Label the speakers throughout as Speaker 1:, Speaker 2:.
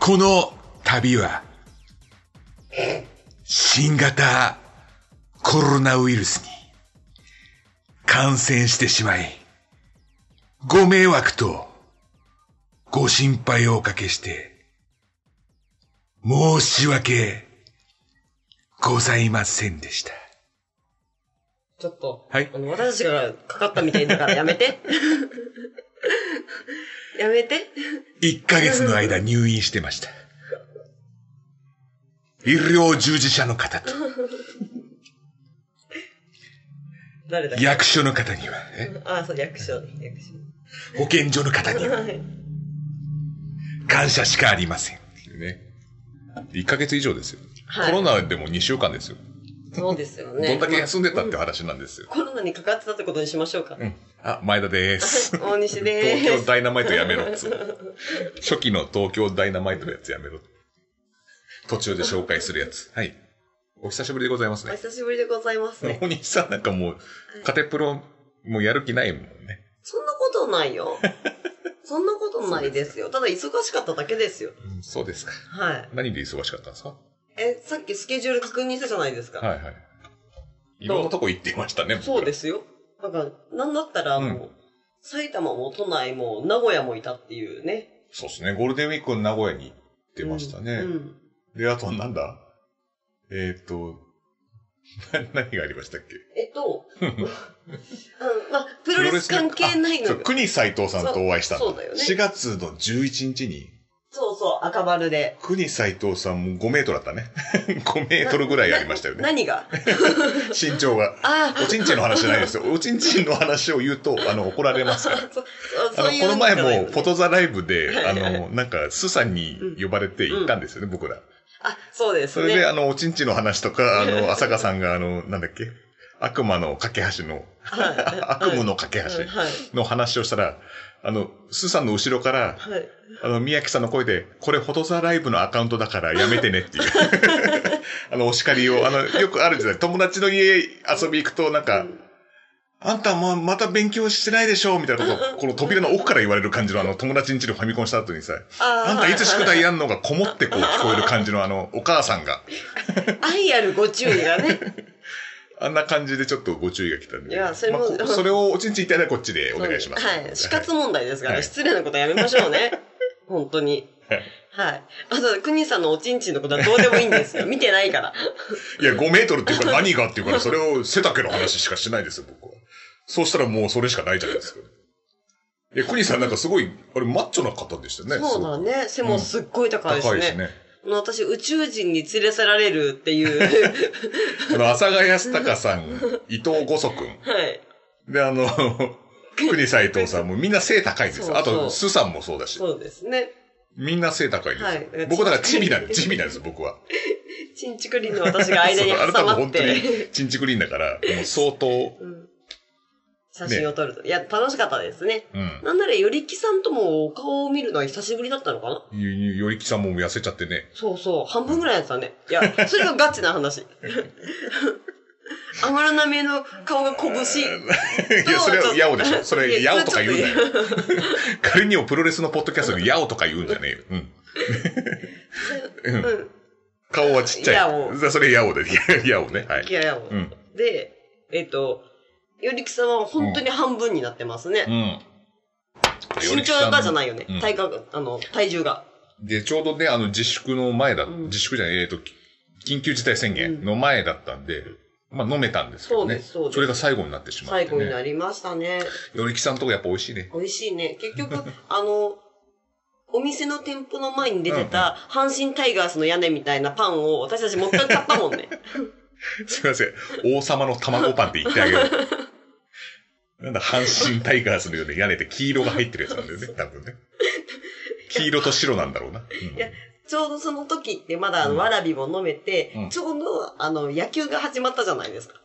Speaker 1: この旅は、新型コロナウイルスに感染してしまい、ご迷惑とご心配をおかけして、申し訳ございませんでした。
Speaker 2: ちょっと、
Speaker 1: はい
Speaker 2: あの、私たちがかかったみたいだからやめ て。やめて。
Speaker 1: 1ヶ月の間入院してました。医療従事者の方と
Speaker 2: 誰だっけ
Speaker 1: 役所の方には、ね、
Speaker 2: あ、そう、役所、役所。
Speaker 1: 保健所の方には
Speaker 2: はい
Speaker 1: 感謝しかありません。
Speaker 3: ね。1ヶ月以上ですよ。
Speaker 2: はい
Speaker 3: コロナでも2週間ですよ。
Speaker 2: そうですよね。
Speaker 3: どんだけ休んでたって話なんですよ。
Speaker 2: コロナにかかってたってことにしましょうか。
Speaker 3: うん。あ、前田 です。
Speaker 2: 大西で
Speaker 3: 東京
Speaker 2: す。
Speaker 3: ダイナマイトやめろっつう。初期の東京ダイナマイトのやつやめろ。途中で紹介するやつ。はい。お久しぶりでございます
Speaker 2: お
Speaker 3: ね。
Speaker 2: 久しぶりでございますね。
Speaker 3: 大西さんなんかもう、カテプロもうやる気ないもんね。
Speaker 2: そんなことない よ。そんなことないですよ。ただ忙しかっただけですよ。
Speaker 3: うんそうですか。
Speaker 2: はい。
Speaker 3: 何で忙しかったんですか
Speaker 2: え、さっきスケジュール確認したじゃないですか。
Speaker 3: はいはい。いろんなとこ行ってましたね。僕
Speaker 2: そうですよ。なんか、なんだったらもう、埼玉も都内も名古屋もいたっていうね。
Speaker 3: そうですね。ゴールデンウィーク名古屋に行ってましたね。
Speaker 2: うんうん
Speaker 3: で、あとなんだえーっ、と、な何がありましたっけ
Speaker 2: え っと、うんまあ、プロレス関係ない
Speaker 3: あそ
Speaker 2: の
Speaker 3: う
Speaker 2: よ。
Speaker 3: 国斎藤さんとお会いしたん
Speaker 2: そうそうだよね
Speaker 3: 4月の11日に、
Speaker 2: そうそう、赤丸で。
Speaker 3: 国斎藤さんも5メートルだったね。5メートルぐらいありましたよね。
Speaker 2: 何が
Speaker 3: 身長が。
Speaker 2: あ
Speaker 3: おちんちんの話じゃないですよ。おちんちんの話を言うと、あの、怒られますから。
Speaker 2: そ
Speaker 3: あの、
Speaker 2: そういう
Speaker 3: この前
Speaker 2: じゃないよ
Speaker 3: も、
Speaker 2: ね
Speaker 3: フォトザライブで、
Speaker 2: はい
Speaker 3: あ
Speaker 2: はい
Speaker 3: の、なんか、スさんに呼ばれて行ったんですよね、僕ら。
Speaker 2: あ、そうです
Speaker 3: そ
Speaker 2: ね。
Speaker 3: れで、あの、おちんちんの話と か、あの、浅香さんが、あの、なんだっけ悪魔の架け橋の、
Speaker 2: はい
Speaker 3: 悪夢の架け
Speaker 2: はい。
Speaker 3: 橋
Speaker 2: はい。
Speaker 3: の話をしたら、あの、スーさんの後ろから、
Speaker 2: はい
Speaker 3: あの、宮城さんの声で、これフォトザライブのアカウントだからやめてねっていう。 あの、お叱りを、あの、よくあるじゃない。友達の家遊び行くと、なんか、
Speaker 2: うん
Speaker 3: あんたま、また勉強してないでしょみたいなことを、この扉の奥から言われる感じの、あの、友達ん家のファミコンした後にさ、
Speaker 2: あー
Speaker 3: あんたいつ宿題やんのがこもってこう聞こえる感じの、あの、お母さんが、
Speaker 2: 愛あるご注意がね。
Speaker 3: あんな感じでちょっとご注意が来たんで。
Speaker 2: いやそれも
Speaker 3: まあこそれをおちんちんいたらこっちで お願いします。
Speaker 2: はい。死活問題ですから、
Speaker 3: はい
Speaker 2: 失礼なことやめましょうね。本当に。はい。あと、くにさんのおちんちんのことはどうでもいいんですよ。見てないから。
Speaker 3: いや、5メートルっていうか何がっていうから、それを背丈の話しかしてないですよ、 僕は。そうしたらもうそれしかないじゃないですか。いや、クニさんなんかすごい、あれ、マッチ ョな方でしたよね。
Speaker 2: そうだね。背もすっごい
Speaker 3: すご
Speaker 2: 高い
Speaker 3: く
Speaker 2: で
Speaker 3: 高
Speaker 2: す
Speaker 3: いです
Speaker 2: ね。
Speaker 3: ね。
Speaker 2: あの私、宇宙人に連れ去られるっ ていう。
Speaker 3: あの、阿佐ヶ谷隆さん、伊藤五足くん。
Speaker 2: はい。
Speaker 3: で、あ の、クニ斎藤さんもみんな背高いんですよ。あ
Speaker 2: そうそう
Speaker 3: と、スさんもそうだし。
Speaker 2: そうですね。
Speaker 3: みんな背高いですよ。
Speaker 2: はい
Speaker 3: 僕だからチビなんです、チビなんです、僕は。
Speaker 2: ちんちくりんの私が間に
Speaker 3: そうあれ多
Speaker 2: 挟
Speaker 3: 分
Speaker 2: まっ
Speaker 3: 本当に
Speaker 2: て、、
Speaker 3: チンチクリーンだから、もう相当、
Speaker 2: うん写真を撮ると。いや、楽しかったですね。
Speaker 3: うん。
Speaker 2: なんなら、よりきさんともお顔を見るのは久しぶりだったのかな
Speaker 3: よよりきさんも痩せちゃって ね。
Speaker 2: そうそう、半分ぐらいやったね。いや、それがガチな 話。安室奈美恵の顔が拳。
Speaker 3: いや、それは、やおでしょ。それ、
Speaker 2: いや
Speaker 3: やおとか言うんだよ
Speaker 2: ちょ。
Speaker 3: 仮にもプロレスのポッドキャストでやおとか言うんじゃねえよ。うん。
Speaker 2: うん。
Speaker 3: 顔はちっち
Speaker 2: や
Speaker 3: ゃ
Speaker 2: お
Speaker 3: い。それ、やおで。やおね。はいい。
Speaker 2: やいや、
Speaker 3: うん。
Speaker 2: で、えっ、と、よりきさんは本当に半分になってますね
Speaker 3: う。ん。。
Speaker 2: 身長がじゃないいよね。
Speaker 3: うん
Speaker 2: 体格、あの、体重が。
Speaker 3: で、ちょうどね、あの、自粛の前だ、
Speaker 2: うん
Speaker 3: 自粛じゃない、えっと、緊急事態宣言の前だったんで、まあ、飲めたんですけど
Speaker 2: そう
Speaker 3: ね。
Speaker 2: ですそうです
Speaker 3: れが最後になってしまって
Speaker 2: 最
Speaker 3: ね。
Speaker 2: 後になりましたね。
Speaker 3: よりきさんのとこやっぱ美味しいね。
Speaker 2: 美味しいね。結局、 あの、お店の店舗の前に出てた、阪神タイガースの屋根みたいなパンを私たちもう一回買ったもん ね。
Speaker 3: すいません。王様の卵パンって言ってあげる。なんだ、阪神タイガースのような屋根で黄色が入ってるやつなんだよね、多分ね。黄色と白なんだろうな。うん
Speaker 2: いやちょうどその時ってまだあの、わらびも飲めて、
Speaker 3: うん
Speaker 2: ちょうどあの、野球が始まったじゃないですか。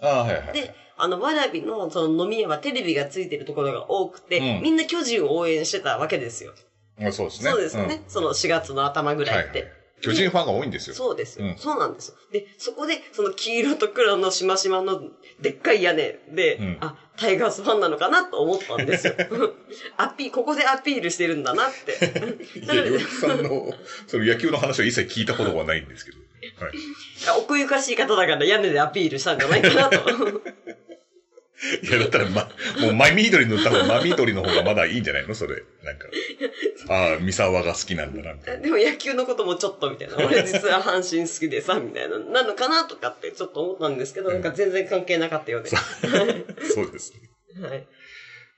Speaker 3: ああ、はいはい。
Speaker 2: で、あの、わらびのその飲み屋はテレビがついてるところが多くて、
Speaker 3: うん
Speaker 2: みんな巨人を応援してたわけですよ。
Speaker 3: まあそうですね。
Speaker 2: そうですね、その4月の頭ぐらいって。
Speaker 3: はいはい巨人ファンが多いんですよ。
Speaker 2: そうですよ、
Speaker 3: うん
Speaker 2: そうなんですよ。で、そこで、その黄色と黒のしましまのでっかい屋根で、
Speaker 3: うん
Speaker 2: あ、タイガースファンなのかなと思ったんですよ。 アピここでアピールしてるんだなって。
Speaker 3: いや、岩木さんの、その野球の話は一切聞いたことがないんですけど。はい。
Speaker 2: 奥ゆかしい方だから屋根でアピールしたんじゃないかなと。
Speaker 3: いや、だったら、ま、もう、真緑の、多分真緑の方がまだいいんじゃないのそれ。なんか。ああ、三沢が好きなんだな、みたいな。
Speaker 2: でも野球のこともちょっとみたい な。俺実は阪神好きでさ、みたいな。なのかなとかってちょっと思ったんですけど、なんか全然関係なかったよね。
Speaker 3: そうですね。
Speaker 2: はい。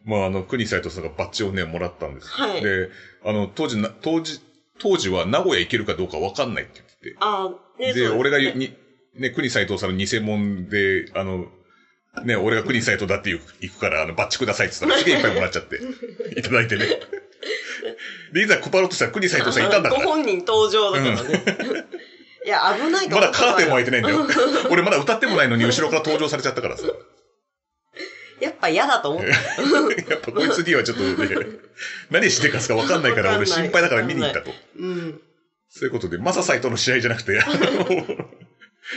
Speaker 3: まあ、あの、国斎藤さんがバッジをね、もらったんですよ。
Speaker 2: はい
Speaker 3: で、あの、当時な、当時、当時は名古屋行けるかどうかわかんないって言ってて。
Speaker 2: ああ、ね、
Speaker 3: で、
Speaker 2: そう
Speaker 3: 俺が
Speaker 2: ね
Speaker 3: ゆに、ね、国斎藤さんの偽物で、あの、ね、俺が国斎藤だって言う行くから、あの、バッチくださいって言ったら、すげえいっぱいもらっちゃって、 いただいてね。で、いざ配ろうとしたら国斎藤さんいたんだか
Speaker 2: ご
Speaker 3: ら、
Speaker 2: 本人登場だからね。 いや、危ないと
Speaker 3: ま
Speaker 2: 思
Speaker 3: だ
Speaker 2: ったか
Speaker 3: カ
Speaker 2: ら
Speaker 3: ーテンも開いてないんだ よ。俺まだ歌ってもないのに後ろから登場されちゃったからさ。
Speaker 2: やっぱ嫌だと思った。
Speaker 3: やっぱこいつにはちょっとね、何してかすかわかんないから、俺心配だから見に行ったと。
Speaker 2: うん。
Speaker 3: そういうことで、マササイとの試合じゃなく て、あの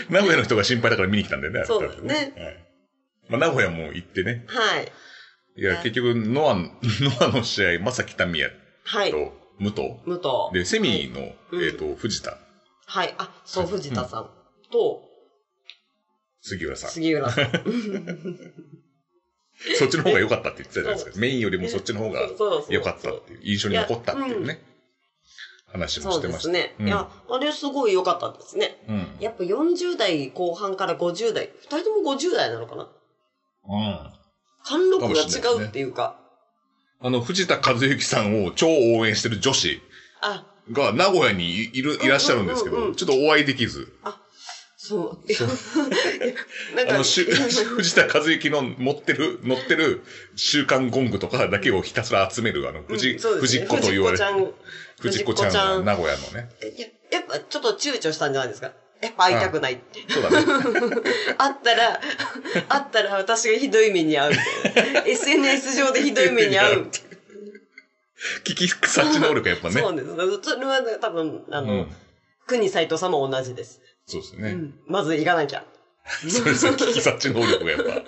Speaker 3: 名古屋の人が心配だから見に来たんだよね、あれ
Speaker 2: そうだよね
Speaker 3: はいまあ、名古屋も行ってね。
Speaker 2: はい。
Speaker 3: いや、
Speaker 2: はい
Speaker 3: 結局、ノア、ノアの試合、正木民也
Speaker 2: はい。
Speaker 3: と武藤。
Speaker 2: 武藤。
Speaker 3: で、セミの、
Speaker 2: うん
Speaker 3: えっ、と、藤田、
Speaker 2: はい。あ、そう、藤田さんと
Speaker 3: 杉浦さん。
Speaker 2: 杉浦さん。
Speaker 3: そっちの方が良かったって言ってたじゃないです
Speaker 2: そ
Speaker 3: か。メインよりもそっちの方が
Speaker 2: そうそう
Speaker 3: 良かったっていう、印象に残ったっていうね、話も
Speaker 2: そ
Speaker 3: し
Speaker 2: う
Speaker 3: て
Speaker 2: で
Speaker 3: ました。
Speaker 2: すね。
Speaker 3: う
Speaker 2: い
Speaker 3: ん
Speaker 2: や、あれすごい良かったですね。
Speaker 3: うん。
Speaker 2: やっぱ40代後半から50代。二人とも50代なのかな
Speaker 3: うん。
Speaker 2: 貫禄が違うっていうか。
Speaker 3: あの、藤田和之さんを超応援してる女子
Speaker 2: あ、
Speaker 3: が名古屋にいる、いらっしゃるんですけ
Speaker 2: うんうんうんう
Speaker 3: ど、
Speaker 2: ん
Speaker 3: ちょっとお会いできず、
Speaker 2: そう。 なん
Speaker 3: あ
Speaker 2: か
Speaker 3: の、、 しゅ 藤田和之の持ってる、乗ってる週刊ゴングとかだけをひたすら集める、あの、
Speaker 2: うん
Speaker 3: 藤、
Speaker 2: そうで
Speaker 3: 藤
Speaker 2: すね
Speaker 3: 子と言われ
Speaker 2: 藤子ちゃ
Speaker 3: る。
Speaker 2: ん。
Speaker 3: 藤子ちゃんが名古屋のね。
Speaker 2: いや、やっぱちょっと躊躇したんじゃないですか。やっぱ会いたくないって。
Speaker 3: そうだ ね。
Speaker 2: あったら、 あったら私がひどい目に遭うみた いな。SNS 上でひどい目に遭う。
Speaker 3: 聞き察知能力やっぱね。
Speaker 2: そうですね。それは多分、あ
Speaker 3: う
Speaker 2: の、
Speaker 3: ん
Speaker 2: 国斎藤さんも同じです。
Speaker 3: そうです
Speaker 2: う
Speaker 3: ね。
Speaker 2: ん。まず行かなきゃ。
Speaker 3: そうですね。聞き察知能力がやっぱ。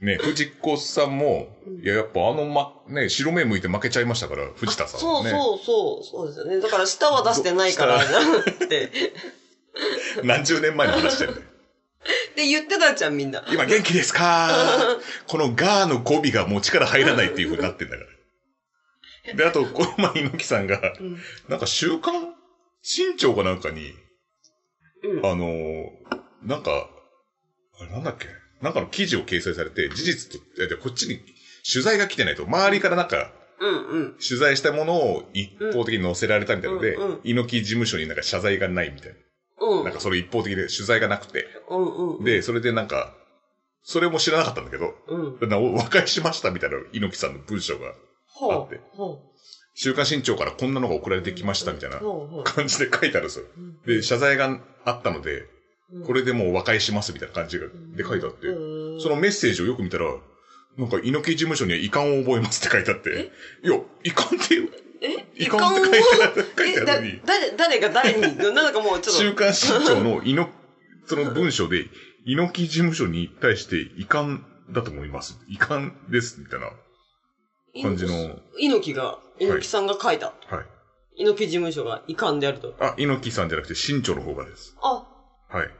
Speaker 3: ね、藤子さんも、いや、やっぱあの、ま、ね、白目向いて負けちゃいましたから、藤田さん
Speaker 2: そ
Speaker 3: は
Speaker 2: う
Speaker 3: ね。
Speaker 2: そうそう、そうですよね。だから舌は出してないから、って。
Speaker 3: 何十年前の話だよね。
Speaker 2: で、言ってたじゃん、みんな。
Speaker 3: 今元気ですか このガーの語尾がもう力入らないっていう風になってんだから。で、あと、この前、猪木さんが、
Speaker 2: うん。
Speaker 3: なんか週刊新潮かなんかに、
Speaker 2: うん。
Speaker 3: あのーなんか、あれなんだっけなんかの記事を掲載されて、事実と、いやでこっちに取材が来てないと、周りからなんか、
Speaker 2: うんうん。
Speaker 3: 取材したものを一方的に載せられたみたいので、
Speaker 2: うんうん
Speaker 3: 猪木事務所になんか謝罪がないみたい
Speaker 2: うん
Speaker 3: な。なんかそれ一方的で取材がなくて。
Speaker 2: うんうん。
Speaker 3: で、それでなんか、それも知らなかったんだけど、
Speaker 2: うん。
Speaker 3: なお 和解しましたみたいな猪木さんの文章が、
Speaker 2: ほ
Speaker 3: あって
Speaker 2: う。ほ。
Speaker 3: 週刊新潮からこんなのが送られてきましたみたいうな
Speaker 2: ほうほう。
Speaker 3: 感じで書いてあるんですよ。で、謝罪があったので、これでもう和解しますみたいな感じがで書いてあって、
Speaker 2: うん
Speaker 3: そのメッセージをよく見たら、なんか猪木事務所には遺憾を覚えますって書いてあって、いや、遺憾って、
Speaker 2: え
Speaker 3: 遺憾って書いてある書い
Speaker 2: え、
Speaker 3: てあ
Speaker 2: だ
Speaker 3: るのに、、
Speaker 2: 誰、誰が誰に、なんかもうちょ っと。
Speaker 3: 週刊新潮の猪木、その文章で、猪木事務所に対して遺憾だと思います。遺憾ですみたいな。は感じの
Speaker 2: 猪木が、猪木さんが書いた。
Speaker 3: い。
Speaker 2: 猪木事務所が遺憾であると。
Speaker 3: あ、猪木さんじゃなくて新潮の方がです。
Speaker 2: あ、
Speaker 3: はい。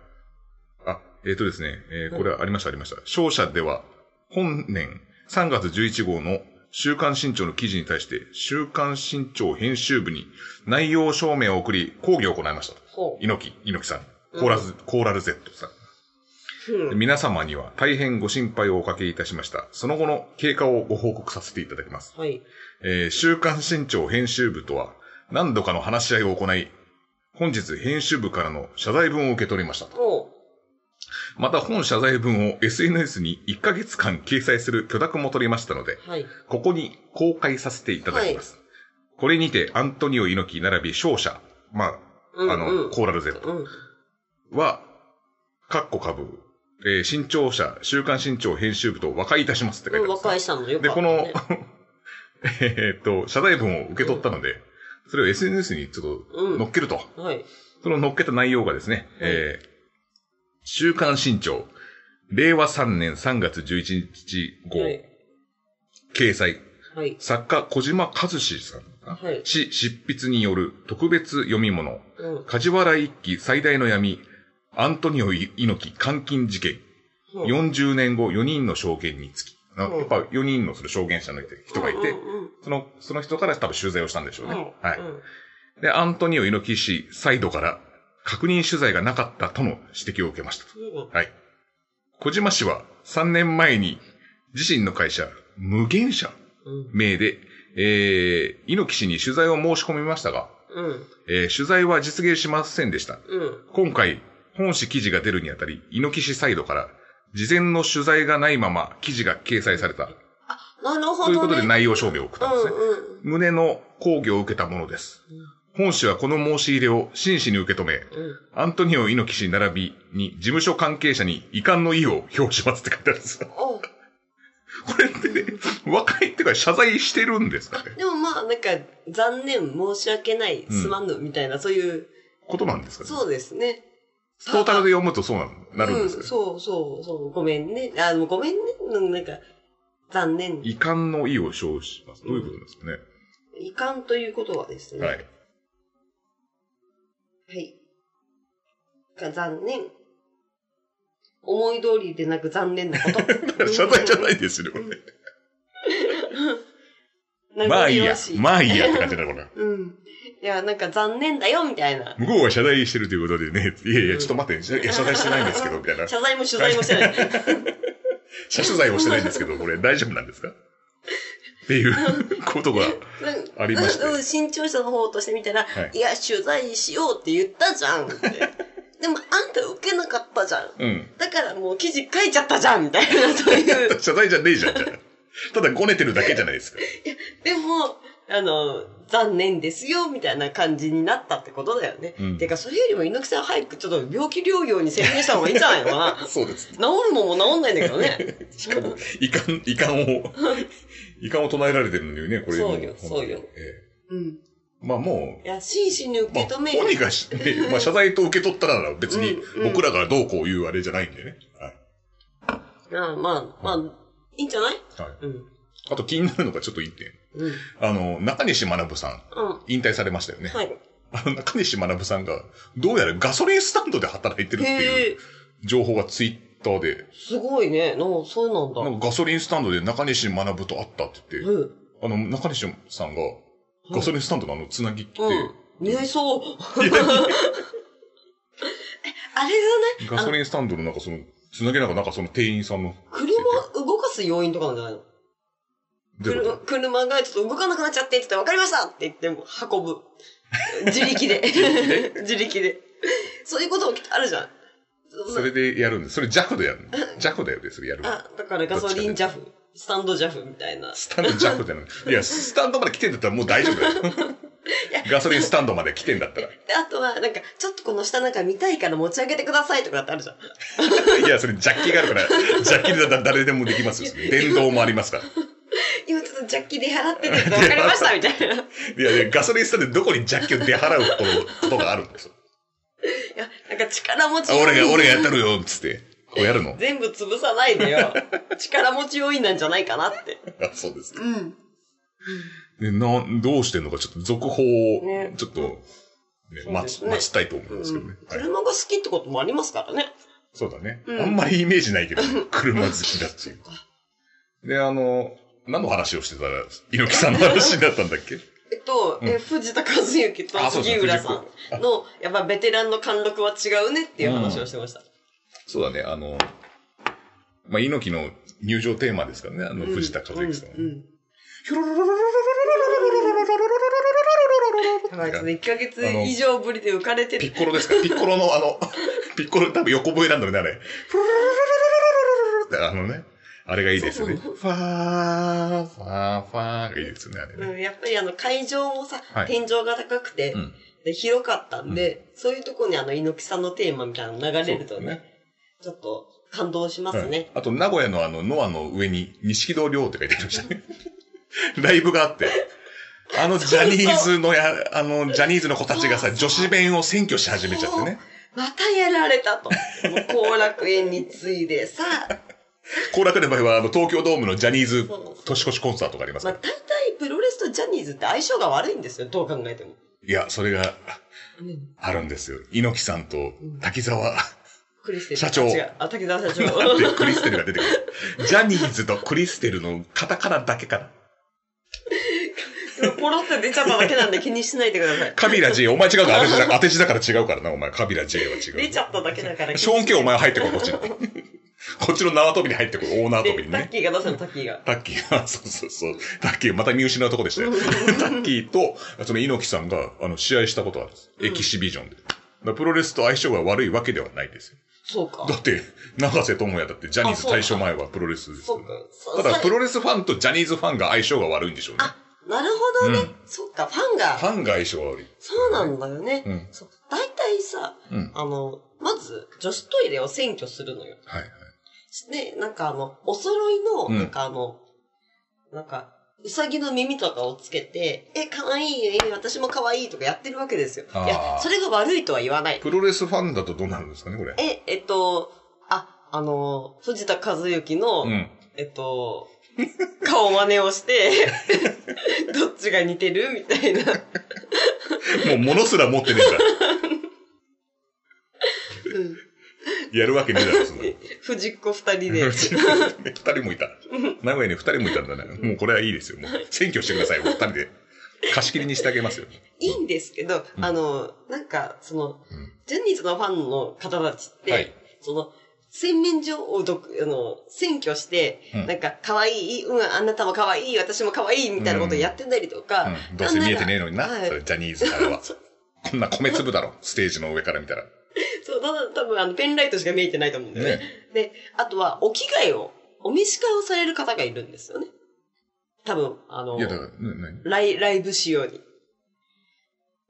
Speaker 3: あ、えっ、とですね、えーこれはありました、ありました。商社では、本年3月11号の週刊新潮の記事に対して、週刊新潮編集部に内容証明を送り、抗議を行いました。
Speaker 2: ほ
Speaker 3: 猪木、猪木さん、
Speaker 2: うん
Speaker 3: コーラズ、コーラル Z さん。
Speaker 2: う。うん
Speaker 3: 皆様には大変ご心配をおかけいたしました。その後の経過をご報告させていただきます。
Speaker 2: はい。
Speaker 3: えー週刊新潮編集部とは何度かの話し合いを行い、本日編集部からの謝罪文を受け取りましたと。
Speaker 2: ほ
Speaker 3: また本謝罪文を SNS に1ヶ月間掲載する許諾も取りましたので、
Speaker 2: う。はい。
Speaker 3: ここに公開させていただきます。これにてアントニオ猪木並び勝者、まあ、
Speaker 2: うん
Speaker 3: あの、
Speaker 2: うん
Speaker 3: コーラル Z
Speaker 2: うん。
Speaker 3: は、カッコ株、えー、新潮社、週刊新潮編集部と和解いたしますって書いてあるんで
Speaker 2: 和
Speaker 3: すね
Speaker 2: 解したのよ
Speaker 3: で、
Speaker 2: かった
Speaker 3: こ
Speaker 2: ね
Speaker 3: の、えーっと、謝罪文を受け取ったので、それを SNS にちょっと乗っけると。
Speaker 2: はい。
Speaker 3: その乗っけた内容がですね、えー、週刊新潮、令和3年3月11日号、
Speaker 2: はい。
Speaker 3: 掲載、
Speaker 2: はい。
Speaker 3: 作家小島和志さんかな、
Speaker 2: はい
Speaker 3: 詩執筆による特別読み物、
Speaker 2: うん。
Speaker 3: 梶原一騎最大の闇、アントニオ猪木監禁事件、40年後4人の証言につき、な
Speaker 2: うん
Speaker 3: やっぱ4人のその証言者の人がいて
Speaker 2: う、んうん
Speaker 3: その、その人から多分取材をしたんでしょう
Speaker 2: うん。
Speaker 3: ね。はい。
Speaker 2: うん
Speaker 3: で、アントニオ猪木氏サイドから確認取材がなかったとの指摘を受けました。
Speaker 2: うん
Speaker 3: はい。小島氏は3年前に自身の会社、無限社
Speaker 2: うん。
Speaker 3: 名で、えー、猪木氏に取材を申し込みましたが、
Speaker 2: うん。
Speaker 3: えー取材は実現しませんでした。
Speaker 2: うん。
Speaker 3: 今回、本誌記事が出るにあたり、猪木氏サイドから、事前の取材がないまま記事が掲載された。
Speaker 2: なるほど、ね。
Speaker 3: ということで
Speaker 2: い
Speaker 3: 内容証明を送っ
Speaker 2: う
Speaker 3: たんですね。
Speaker 2: んうん。
Speaker 3: 胸の抗議を受けたものです。本氏はこの申し入れを真摯に受け止め、
Speaker 2: うん
Speaker 3: アントニオ猪木氏並びに事務所関係者に遺憾の意を表しますって書いてあるんですよ。
Speaker 2: お
Speaker 3: これってね、若いっていうか謝罪してるんですかね
Speaker 2: でもまあ、なんか、残念、申し訳ない、
Speaker 3: ん
Speaker 2: すまぬ、みたいな、そういう、
Speaker 3: ことなんですかね
Speaker 2: そうですね。
Speaker 3: トータルで読むとそうななるんですけ
Speaker 2: うん、
Speaker 3: ど、
Speaker 2: そうそう、そう、ごめんね。あ、でもごめんね。うんなんか、残念。
Speaker 3: 遺憾の意を表します。どういうことなんですかね、
Speaker 2: 遺憾ということはですね。
Speaker 3: は。い。
Speaker 2: はい。が残念。思い通りでなく残念なこと。
Speaker 3: 謝罪じゃないですよね、これ。まあいいや、
Speaker 2: あ。
Speaker 3: まあいいやって感じだ、これ。
Speaker 2: うん。いや、なんか残念だよ、みたいな。
Speaker 3: 向こうは謝罪してるということでね、いやいや、ちょっと待って、いや謝罪してないんですけど、みたいな。
Speaker 2: 謝罪も取材もしてない。
Speaker 3: 謝取材をしてないんですけど、これ大丈夫なんですかっていうことが。ありました
Speaker 2: うんうん新潮社の方としてみたら、
Speaker 3: はい
Speaker 2: い、や、取材しようって言ったじ ゃんって。でも、あんた受けなかったじゃん。
Speaker 3: うん。
Speaker 2: だからもう記事書いちゃったじゃんみたいな、そういう。
Speaker 3: 謝罪じゃねえじゃん、じゃあただごねてるだけじゃないですか。
Speaker 2: でも、あの、残念ですよ、みたいな感じになったってことだよね。
Speaker 3: うん。
Speaker 2: てか、それよりも猪木さん早くちょっと病気療養に専念した方がいいんじゃないのかな
Speaker 3: そうです。
Speaker 2: 治るもんも治んないんだけどね。
Speaker 3: しかも、遺憾、遺憾を、遺憾を唱えられてるのにね、これも
Speaker 2: そうよそうよ。
Speaker 3: え
Speaker 2: うん。
Speaker 3: えまあも
Speaker 2: いや、真摯に
Speaker 3: う、
Speaker 2: 受
Speaker 3: ま
Speaker 2: け
Speaker 3: あ、
Speaker 2: 止め、
Speaker 3: 本人がし、ねまあ謝罪と受け取ったなら別に
Speaker 2: うんうん
Speaker 3: 僕らがどうこう言うあれじゃないんでね。はい。
Speaker 2: ああまあ、まあ、いいんじゃない
Speaker 3: はい。
Speaker 2: うん。
Speaker 3: あと気になるのがちょっと一点。
Speaker 2: うん。
Speaker 3: あの、中西学さん、
Speaker 2: うん。
Speaker 3: 引退されましたよね。
Speaker 2: はい。
Speaker 3: あの、中西学さんが、どうやらガソリンスタンドで働いてるって
Speaker 2: へ
Speaker 3: い
Speaker 2: え
Speaker 3: う、情報がツイッターで、
Speaker 2: すごいね。のそうなんだ。
Speaker 3: なんかガソリンスタンドで中西学と会ったって言って、
Speaker 2: うん。
Speaker 3: あの、中西さんが、ガソリンスタンドのあの、つなぎって、
Speaker 2: うん。似合いそう。
Speaker 3: い や
Speaker 2: あれじゃな
Speaker 3: ガ
Speaker 2: い
Speaker 3: ソリンスタンドのなんかその、つなげなんかなんかその店員さんの、
Speaker 2: 車動かす要因とかなんじゃないの
Speaker 3: どういうこ
Speaker 2: 車車がちょっと動かなくなっちゃってって言って、わかりましたって言っても運 ぶ。自力で。 自力で。そういうこともきっとあるじゃん。
Speaker 3: とそれでやるんです。それ弱でやるの。弱だよね、それやるの。
Speaker 2: あ、だからガソリンジャフ、スタンドジャフみたいな。
Speaker 3: スタンド弱じゃない。いや、スタンドまで来てんだったらもう大丈夫だ よ。ガソリンスタンドまで来てんだったら。
Speaker 2: で、あとは、なんか、ちょっとこの下なんか見たいから持ち上げてくださいとかってあるじゃん。
Speaker 3: いや、それジャッキがあるから、ジャッキでだ誰でもできますよ。電動もありますから。
Speaker 2: 今ちょっとジャッキで払っててってわかりました みたいな。い
Speaker 3: いやいや、ガソリンスタンドでどこにジャッキを出払うことがあるんですよ。
Speaker 2: や、なんか力持ち
Speaker 3: あ
Speaker 2: 要因。
Speaker 3: 俺が、俺がやったるよ、つって。こうやるの。
Speaker 2: 全部潰さないで よ。力持ち要因なんじゃないかなって。
Speaker 3: あそうですね。
Speaker 2: うん。
Speaker 3: で、なん、どうしてんのか、ちょっと続報を
Speaker 2: ね、
Speaker 3: ちょっと、ね
Speaker 2: そうで
Speaker 3: 待
Speaker 2: す
Speaker 3: ち、
Speaker 2: ね
Speaker 3: 待ちたいと思うんですけどね。はい、
Speaker 2: 車が好きってこともありますからね。
Speaker 3: そうだね、
Speaker 2: うん
Speaker 3: あんまりイメージないけ ど、車好きだってい。
Speaker 2: そうか
Speaker 3: で、あの、何の話をしてたら、猪木さんの話になったんだっけ
Speaker 2: えっと、
Speaker 3: うん
Speaker 2: え藤田和幸と
Speaker 3: あそうそう
Speaker 2: 杉浦さんの、やっぱベテランの貫禄は違うねっていう話をしてました。
Speaker 3: そうだね、あの、まあ、猪木の入場テーマですからね、あの、
Speaker 2: うん
Speaker 3: 藤田和之さんはね。
Speaker 2: うんうんなんかね、1ヶ月以上ぶりで浮かれて
Speaker 3: ピ
Speaker 2: る
Speaker 3: ッ。コロですかピッコロのあの、ピッコロ多分横笛なんだろうね、あれ。ってあのね、あれがいいですよね。フ
Speaker 2: そ
Speaker 3: ァー、ファー、ファーがいいですよね、あれ
Speaker 2: う
Speaker 3: ね。
Speaker 2: ん、やっぱりあの会場もさ、
Speaker 3: はい
Speaker 2: 天井が高くて、
Speaker 3: うん。
Speaker 2: で広かったんで、そういうとこにあの猪木さんのテーマみたいなの流れるとね、ちょっと感動しま
Speaker 3: は
Speaker 2: すね
Speaker 3: い。あと、名古屋のあの、ノアの上に、錦戸亮って書いてありましたね。ライブがあって、あのジャニーズのや、あのジャニーズの子たちがさ、女子弁を占拠し始めちゃってね。
Speaker 2: またやられたと。もう後楽園に次いでさ、
Speaker 3: 後楽園の場合は、あの東京ドームのジャニーズ年越しコンサートがあります
Speaker 2: ま
Speaker 3: か
Speaker 2: あ
Speaker 3: ら。
Speaker 2: 大体プロレスとジャニーズって相性が悪いんですよ、どう考えても。
Speaker 3: いや、それが
Speaker 2: うん
Speaker 3: あるんですよ。猪木さんと滝沢。
Speaker 2: クリステル。
Speaker 3: 社長
Speaker 2: あ違う。あ、滝沢社 長。
Speaker 3: で、クリステルが出てくる。ジャニーズとクリステルのカタカナだけかな。
Speaker 2: ポロって出ちゃっただけなんで気にしないでください。
Speaker 3: カビラ J、お前違うから当て字だ当て字だから違うからな、お前。カビラ J は違
Speaker 2: 出
Speaker 3: う。
Speaker 2: ちゃっただけだから。
Speaker 3: ショーン K お前入ってこい、こっちに。こっちの縄跳びに入ってこい、大縄跳び
Speaker 2: で、
Speaker 3: に
Speaker 2: タッ
Speaker 3: ね。
Speaker 2: キーがどうしたのタッキーが。
Speaker 3: タッキーが、 そうそうそう。タッキー、また見失うとこで したよ。タッキーと、その猪木さんが、あの、試合したことあるんです。エキシビジョンで。だからプロレスと相性が悪いわけではないですよ。
Speaker 2: そうか
Speaker 3: だ。って、長瀬智也だってジャニーズ対象前はプロレスです
Speaker 2: そ
Speaker 3: よ
Speaker 2: うか。
Speaker 3: た
Speaker 2: そ
Speaker 3: だ、
Speaker 2: そ
Speaker 3: プロレスファンとジャニーズファンが相性が悪いんでしょうね。
Speaker 2: あ、なるほどね。そっか、ファン
Speaker 3: フ
Speaker 2: が。
Speaker 3: ァンが相性が悪い。
Speaker 2: そうなんだよね。
Speaker 3: うん
Speaker 2: そう大体さ、
Speaker 3: うん
Speaker 2: あの、まず、女子トイレを占拠するのよ。
Speaker 3: はいはい。
Speaker 2: で、なんかあの、お揃いの、
Speaker 3: うん
Speaker 2: なんかあの、なんか、うさぎの耳とかをつけて、え、可愛いえ私も可愛いとかやってるわけですよ。い
Speaker 3: あー
Speaker 2: や、それが悪いとは言わない。
Speaker 3: プロレスファンだとどうなるんですかね、これ。
Speaker 2: え、えっと、あ、あの、藤田和幸の、
Speaker 3: うん。
Speaker 2: えっと、顔真似を して、どっちが似てるみたいな。
Speaker 3: もう物すら持ってねえから。
Speaker 2: うん
Speaker 3: やるわけねえだろ、そんなの。
Speaker 2: 藤子二人で
Speaker 3: 二。人もいた。名古屋に二人もいたんだね。もうこれはいいですよ。もう選挙してください、お二人で。貸し切りにしてあげますよ。
Speaker 2: いいんですけど、
Speaker 3: うん
Speaker 2: あの、なんか、その、
Speaker 3: うん
Speaker 2: ジャニーズのファンの方たちって、
Speaker 3: はい
Speaker 2: その、洗面所をどく、あの、占拠して、
Speaker 3: うん
Speaker 2: なんか、可愛い、うん、あなたも可愛い、私も可愛い、みたいなことをやってたりとか、
Speaker 3: うんどうせ見えてねえのにな、
Speaker 2: はい
Speaker 3: それジャニーズから は。こんな米粒だろ、ステージの上から見たら。
Speaker 2: そう、ただ、多分、あの、ペンライトしか見えてないと思うんだよね。
Speaker 3: ね
Speaker 2: で、あとは、お着替えを、お召し替えをされる方がいるんですよね。多分、あの
Speaker 3: い、や、だから、な何
Speaker 2: ライ、ライブ仕様に。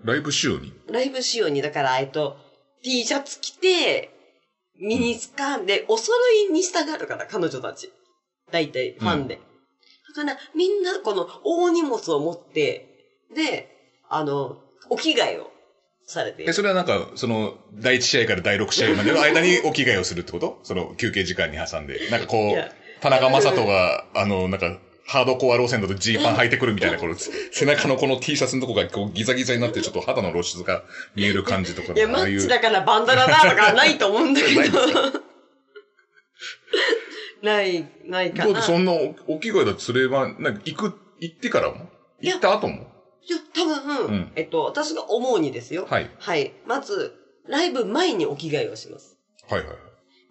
Speaker 3: ライブ仕様に。
Speaker 2: ライブ仕様に、だから、えっと、T シャツ着て、ミニスカーで、お揃いに従うから、彼女たち。大体、ファンで。だから、みんな、この、大荷物を持って、で、あの、お着替えをされてい
Speaker 3: え、
Speaker 2: る。
Speaker 3: それはなんか、その、第1試合から第6試合までの間にお着替えをするってことその休憩時間に挟んで。なんかこ
Speaker 2: いうや、
Speaker 3: 田中正人が、あの、なんか、ハードコア路線だとジーパン履いてくるみたいな、この、背中のこの T シャツのとこがこうギザギザになって、ちょっと肌の露出が見える感じとか
Speaker 2: いや、
Speaker 3: あ
Speaker 2: マ
Speaker 3: あい
Speaker 2: ッ
Speaker 3: う
Speaker 2: チ。だからバンダナだとかはないと思うんだけ
Speaker 3: ないんで
Speaker 2: ど
Speaker 3: す。
Speaker 2: ない、ないか
Speaker 3: どう
Speaker 2: な。
Speaker 3: で
Speaker 2: い
Speaker 3: そんなおお着替えだとすれば、なんか行く、行ってからも
Speaker 2: いや
Speaker 3: 行った後も
Speaker 2: や、多分、
Speaker 3: うん
Speaker 2: えっと、私が思うにですよ。
Speaker 3: はい。
Speaker 2: はい。まず、ライブ前にお着替えをします。
Speaker 3: はいはいはい。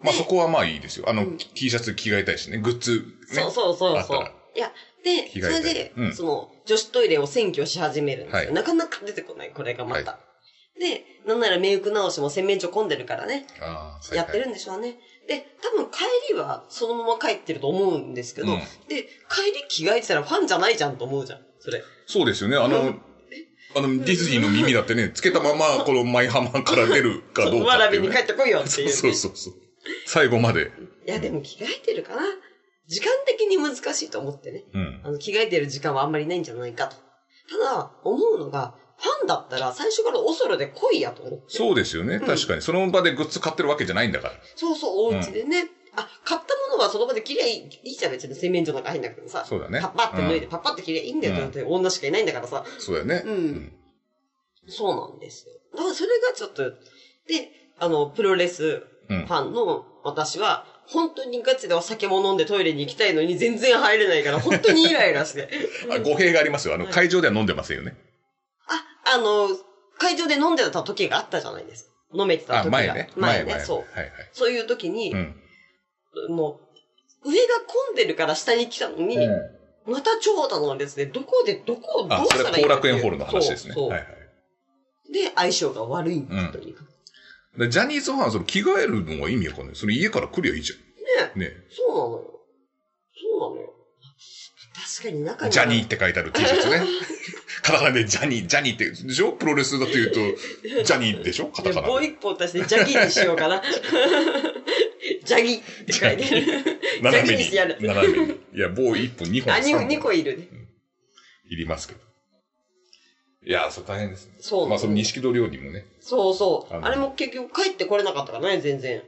Speaker 3: まあそこはまあいいですよ。あの、
Speaker 2: うん
Speaker 3: T シャツ着替えたいしね、グッズ、ね。
Speaker 2: そうそうそうそ
Speaker 3: あった
Speaker 2: う
Speaker 3: ら。
Speaker 2: いや、で、
Speaker 3: 着
Speaker 2: そ
Speaker 3: 替えて
Speaker 2: れで、
Speaker 3: うん
Speaker 2: その、女子トイレを占拠し始めるんです
Speaker 3: は
Speaker 2: よ。
Speaker 3: い
Speaker 2: なかなか出てこない、これがまた。
Speaker 3: は
Speaker 2: で、なんならメイク直しも洗面所混んでるからね、
Speaker 3: ああ
Speaker 2: やってるんでしょうね。で、多分帰りはそのまま帰ってると思うんですけど、
Speaker 3: うん
Speaker 2: で、帰り着替えてたらファンじゃないじゃんと思うじゃん、それ。
Speaker 3: そうですよね。あの、あの、ディズニーの耳だってね、つけたま ま、この舞浜から出るかどうか
Speaker 2: わら
Speaker 3: ってい
Speaker 2: び
Speaker 3: うね、
Speaker 2: に帰ってこいよっていうね、
Speaker 3: そうそうそうそう。最後まで。
Speaker 2: いや、でも着替えてるかな。時間的に難しいと思ってね。
Speaker 3: うん。
Speaker 2: あの、着替えてる時間はあんまりないんじゃないかと。ただ、思うのが、ファンだったら最初からおそろで来いやと思って。
Speaker 3: そうですよね。確かに。その場でグッズ買ってるわけじゃないんだから。
Speaker 2: そうそう、お家でね。あ、買ったものはその場で着りゃいいいいじゃん、別に洗面所なんか入んなくてもさ。
Speaker 3: そうだね
Speaker 2: パッパって脱いで、
Speaker 3: う
Speaker 2: パッパって着りゃいいんだよ、だって女しかいないんだからさ。
Speaker 3: そうだよね。
Speaker 2: うんそうなんですよ。だからそれがちょっと、で、あの、プロレスフ
Speaker 3: うん
Speaker 2: ァンの私は、本当にガチでお酒も飲んでトイレに行きたいのに全然入れないから、本当にイライラして。
Speaker 3: あ語弊がありますよ。あの、
Speaker 2: はい
Speaker 3: 会場では飲んでませんよね。
Speaker 2: あ、あの、会場で飲んでた時があったじゃないですか。飲めてた
Speaker 3: あ、
Speaker 2: 時が。
Speaker 3: 前ね。
Speaker 2: 前ね、
Speaker 3: 前
Speaker 2: そう。
Speaker 3: はいはい。
Speaker 2: そういう時に、
Speaker 3: うん。
Speaker 2: もう、上が混んでるから下に来たのに、また長蛇なんですね。どこで、どこをど
Speaker 3: あ、
Speaker 2: う
Speaker 3: そ
Speaker 2: し
Speaker 3: れは
Speaker 2: たらいい
Speaker 3: 後
Speaker 2: かっ
Speaker 3: 楽
Speaker 2: ていう
Speaker 3: 園ホールの話ですね。
Speaker 2: そうそう
Speaker 3: はいはい。
Speaker 2: で、相性が悪いんです、
Speaker 3: うん
Speaker 2: とにかく。
Speaker 3: でジャニーズファンはその着替えるのは意味わかんない。それ家から来りゃいいじ
Speaker 2: ね
Speaker 3: ゃん。ね。
Speaker 2: そうなのよ。そうなのよ。確かに中に。
Speaker 3: ジャニーっ。て書いてある T シャ ツね。カタカナでジャニー、ジャニーって、でしょプロレスだって言うと、ジャニーでしょカタ
Speaker 2: で
Speaker 3: カ
Speaker 2: も
Speaker 3: ナ
Speaker 2: う
Speaker 3: で。
Speaker 2: 一本足してジャギーにしよ うかな。ジャギーって書いてる。
Speaker 3: 斜め
Speaker 2: ジャニーズやる
Speaker 3: に。斜めに。いや、棒一本、二本、
Speaker 2: あ、
Speaker 3: 三
Speaker 2: 2
Speaker 3: 本
Speaker 2: 個いるね。
Speaker 3: いりますけど。いやー、それ大変ですね。
Speaker 2: そうなん
Speaker 3: ま
Speaker 2: で
Speaker 3: あ、
Speaker 2: す
Speaker 3: その錦戸料理もね。
Speaker 2: そうそう。
Speaker 3: あの
Speaker 2: あれも結局帰ってこれなかったからね、全然。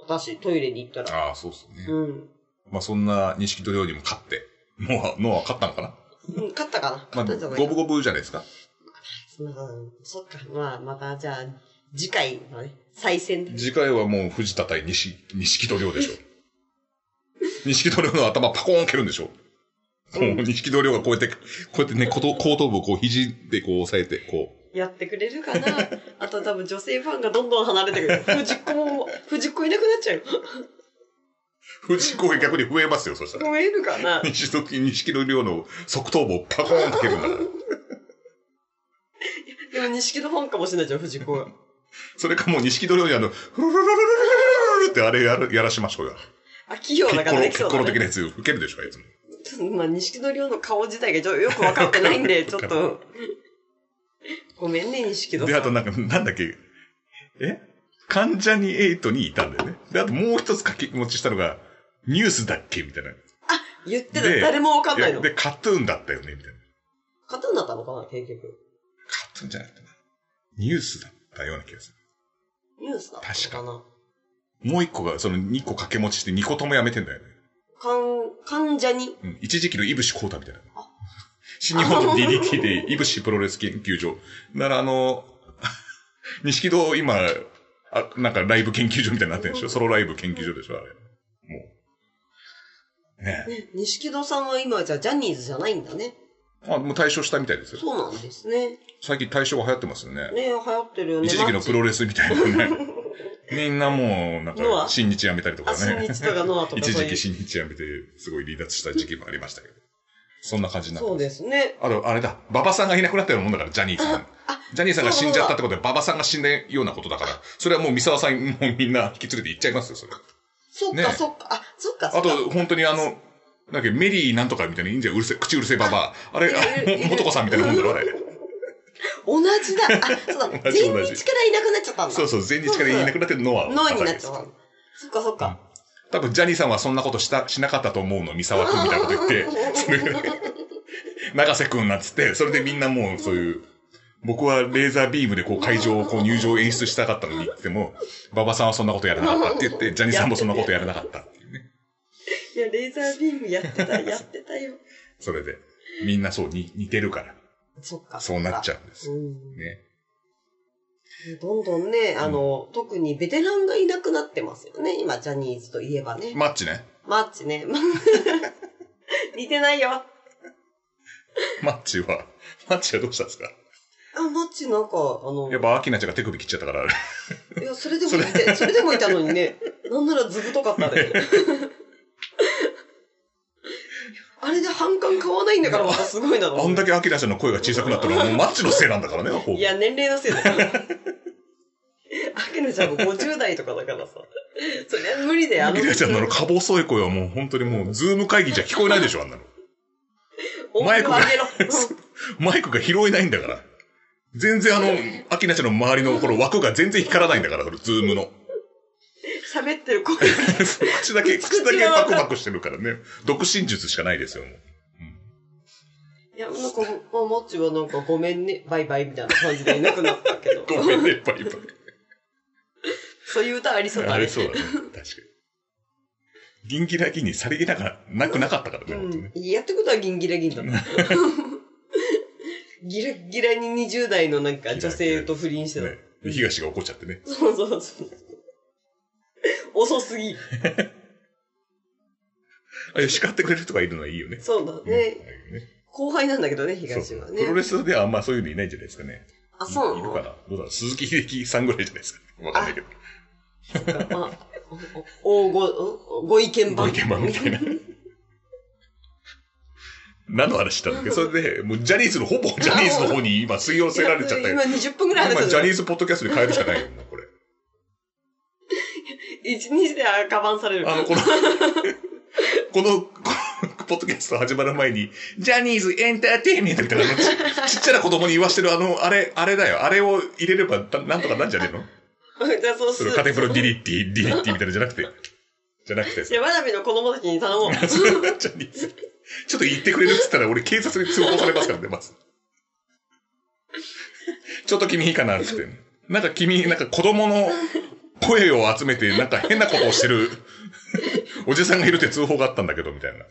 Speaker 2: 私、トイレに行ったら。
Speaker 3: ああ、そうっすね。
Speaker 2: うん。
Speaker 3: まあ、そんな錦戸料理も勝って、ノア、ノアは勝ったのかな
Speaker 2: うん勝ったかな
Speaker 3: まあ、
Speaker 2: 勝ったんじゃない
Speaker 3: 五分五分じゃないですか。
Speaker 2: うんそっか。まあ、また、じゃあ、次回のね、再戦で。
Speaker 3: 次回はもう藤田対西、錦戸亮でしょ。 錦戸亮の頭パコーン蹴るんでしょ。
Speaker 2: うん
Speaker 3: もう錦戸亮がこうやって、こうやってね、こと後頭部をこう肘でこう押さえて、こ
Speaker 2: やってくれ るかなあと多分女性ファンがどんどん離れてくる。藤子も、藤子いなくなっちゃうよ。
Speaker 3: う、藤子が逆に増えますよ、そしたら。
Speaker 2: 増えるかな
Speaker 3: 西戸錦戸亮の側頭部をパコーンって蹴るんだから。
Speaker 2: でも錦戸ファンかもしれないじゃん、藤子が。
Speaker 3: それかもう錦戸亮にあの、フルルルルルルルルルってあれやるやらしましょうよ。
Speaker 2: あ、器用
Speaker 3: ピ
Speaker 2: だ
Speaker 3: ッ
Speaker 2: か
Speaker 3: コ
Speaker 2: ら
Speaker 3: ロ、
Speaker 2: で
Speaker 3: ピ
Speaker 2: きそ
Speaker 3: ッ
Speaker 2: う
Speaker 3: コ
Speaker 2: だ
Speaker 3: ロ的な
Speaker 2: ね。
Speaker 3: やつ受けるでしょ、あいつも。
Speaker 2: ちょっとまあ、錦戸亮の顔自体がちょよくわかってないんで、ちょっと。ごめんね、錦戸
Speaker 3: で、
Speaker 2: さ
Speaker 3: あ
Speaker 2: ん
Speaker 3: と。なんか、なんだっけ、え関ジャニエイトにいたんだよね。で、あともう一つ掛け持ちしたのが、ニュースだっけみたいな。
Speaker 2: 言ってた
Speaker 3: で
Speaker 2: 誰もわかんないの。
Speaker 3: で、カトゥーンだったよねみたいな。
Speaker 2: 勝たんだったのかな、結局。
Speaker 3: カトゥーンじゃなくてな。ニュースだったような気がす
Speaker 2: ニュースだったのかな。
Speaker 3: る。もう一個が、その二個掛け持ちして二個ともやめてんだよね。
Speaker 2: かん、患者に。
Speaker 3: うん。一時期のイブシコータみたいな。新日本の DDT で、イブシプロレス研究所。なら、あの、 錦戸今、あ、なんかライブ研究所みたいになってるんでしょソロライブ研究所でしょあれ。もう。ねえ。
Speaker 2: ね、錦戸さんは今じゃあジャニーズじゃないんだね。
Speaker 3: あ、もう対象したみたいですよ。
Speaker 2: そうなんですね。
Speaker 3: 最近対象が流行ってますよね。
Speaker 2: ね流行ってるよね。
Speaker 3: 一時期のプロレスみたいな ね。みんなもう、なん
Speaker 2: ノ
Speaker 3: か、
Speaker 2: ア
Speaker 3: 新日辞めたりとか
Speaker 2: あ、新
Speaker 3: ね。
Speaker 2: 日とかノアとか
Speaker 3: 一
Speaker 2: そう
Speaker 3: 時
Speaker 2: い
Speaker 3: 期
Speaker 2: う。
Speaker 3: 新日辞めて、すごい離脱した時期もありましたけど。そんな感じになって
Speaker 2: そう
Speaker 3: ます。
Speaker 2: ですね。
Speaker 3: あと、あれだ、馬場さんがいなくなったようなもんだから、ジャニー さん。ジャニーさんが死んじゃったってことで、馬場さんが死んだようなことだから、それはもう三沢さん、もうみんな引き連れて行っちゃいますよ、それ。
Speaker 2: そっ
Speaker 3: ね
Speaker 2: かそっか。あ、そっかそ
Speaker 3: あ
Speaker 2: っか。
Speaker 3: と、本当にあの、なんだっけ、メリーなんとかみたいな、いいんじゃん、うるせえ、口うるせえババア。あれ、
Speaker 2: いるいる
Speaker 3: あ元子さんみたいなもんだろ、あれ。
Speaker 2: 同 じだ。あ、そうだ。
Speaker 3: 同
Speaker 2: 全
Speaker 3: じ
Speaker 2: 日
Speaker 3: 同
Speaker 2: から
Speaker 3: じ
Speaker 2: いなくなっちゃったんだ。
Speaker 3: そうそう、前日からいなくなってるのは、
Speaker 2: ノアになっちゃったんだ。そっかそっか。
Speaker 3: 多分、ジャニーさんはそんなことした、しなかったと思うの、三沢くんみたいなこと言って、それで、 長瀬くんなんつって、それでみんなもう、そういう、僕はレーザービームでこう会場をこう入場演出したかったのに言っても、馬場さんはそんなことやらなかったって言って、ジャニーさんもそんなことやらなかったっていうね。
Speaker 2: いや、レーザービームやってた、やってたよ。
Speaker 3: それで、みんなそう、に似てるから、
Speaker 2: そっか。
Speaker 3: そうなっち
Speaker 2: ゃ
Speaker 3: ゃうんですよ。
Speaker 2: うん。
Speaker 3: ね。
Speaker 2: どんどんね、あの、特にベテランがいなくなってますよね。今、ジャニーズといえばね。
Speaker 3: マッチね。
Speaker 2: マッチね。 似てないよ。
Speaker 3: マッチは、マッチはどうしたんですか
Speaker 2: あ、マッチなんか、あの、
Speaker 3: やっぱ、アキナちゃんが手首切っちゃったから、あれ
Speaker 2: いや、それでもいて、それでもいたのにね。なんならずぶとかった で。あれで反感買わないんだからまたすごいなの。
Speaker 3: あんだけアキナちゃんの声が小さくなったのは、もうマッチのせいなんだからね、ほぼ
Speaker 2: いや、年齢のせいだよ。アキナちゃんも50代とかだからさ。そりゃ無理だよ。あ
Speaker 3: ア
Speaker 2: の
Speaker 3: キ、ナちゃんのあの、か細い声はもう本当にもう、ズーム会議じゃ聞こえないでしょ、あんなの。
Speaker 2: 音
Speaker 3: マイク
Speaker 2: 量
Speaker 3: が
Speaker 2: 上げろ。
Speaker 3: マイクが拾えないんだから。全然あの、アキナちゃんの周りのこの枠が全然光らないんだから、それ、ズームの。
Speaker 2: 喋ってる声。
Speaker 3: 口だけ、口だけパクパクしてるからね。独身術しかないですよ、もう。
Speaker 2: いや、なんか、まあ、マッチはなんか、ごめんね、バイバイみたいな感じでいなくなったけど。
Speaker 3: ごめんね、バイバ
Speaker 2: そういう歌ありそう
Speaker 3: イ。
Speaker 2: だ
Speaker 3: あれ
Speaker 2: ね。
Speaker 3: そうだね、確かに。元気なきにさりげなくなくなかったからね、
Speaker 2: う
Speaker 3: 本当ね
Speaker 2: ん。やってことはギンギラギンだな。ギラギラに20代のなんか女性と不倫してた。
Speaker 3: ね。で東が怒っちゃってね。
Speaker 2: そうそうそう。遅すぎる。
Speaker 3: あれ叱ってくれるとかいるのはいいよね。
Speaker 2: そうだ
Speaker 3: うんああいう
Speaker 2: ね。後輩なんだけどね、東は
Speaker 3: そうプロ
Speaker 2: ね。
Speaker 3: レスではあんまそういうのいないんじゃないですかね。
Speaker 2: あ、そう
Speaker 3: い
Speaker 2: な
Speaker 3: る
Speaker 2: の
Speaker 3: かなどうだろう鈴木秀樹さんぐらいじゃないですか。わかんないけど。
Speaker 2: なんかまあおおご、ご意見番。
Speaker 3: ご意見番みたいな。何の話したんだっけそれで、もうジャニーズのほぼジャニーズの方に今吸い寄せられちゃったよ。
Speaker 2: 今20分ぐらい
Speaker 3: 今
Speaker 2: 話し
Speaker 3: ジ
Speaker 2: て
Speaker 3: ャ
Speaker 2: る
Speaker 3: ニ。ーズポッドキャストに変えるしかないよ、もうこれ。
Speaker 2: 一日で赤バンされる。
Speaker 3: あの、この、この、このポッドキャスト始まる前に、ジャニーズエンターテインメントみたいなのち、ちっちゃな子供に言わしてるあの、あれ、あれだよ。あれを入れればななんとかなんじゃねえの
Speaker 2: じゃあそうす
Speaker 3: そ
Speaker 2: る
Speaker 3: の。カテプロディリッティ、ディリッティみたいなのじゃなくて、じゃなくてさ
Speaker 2: い、や、わらびの子供たちに頼もう。
Speaker 3: それはジャニーズ。ちょっと言ってくれるっつったら、俺警察に通報されますからね、まず。ちょっと君いいかなってって。なんか君、なんか子供の声を集めて、なんか変なことをしてるおじさんがいるって通報があったんだけど、みたいな。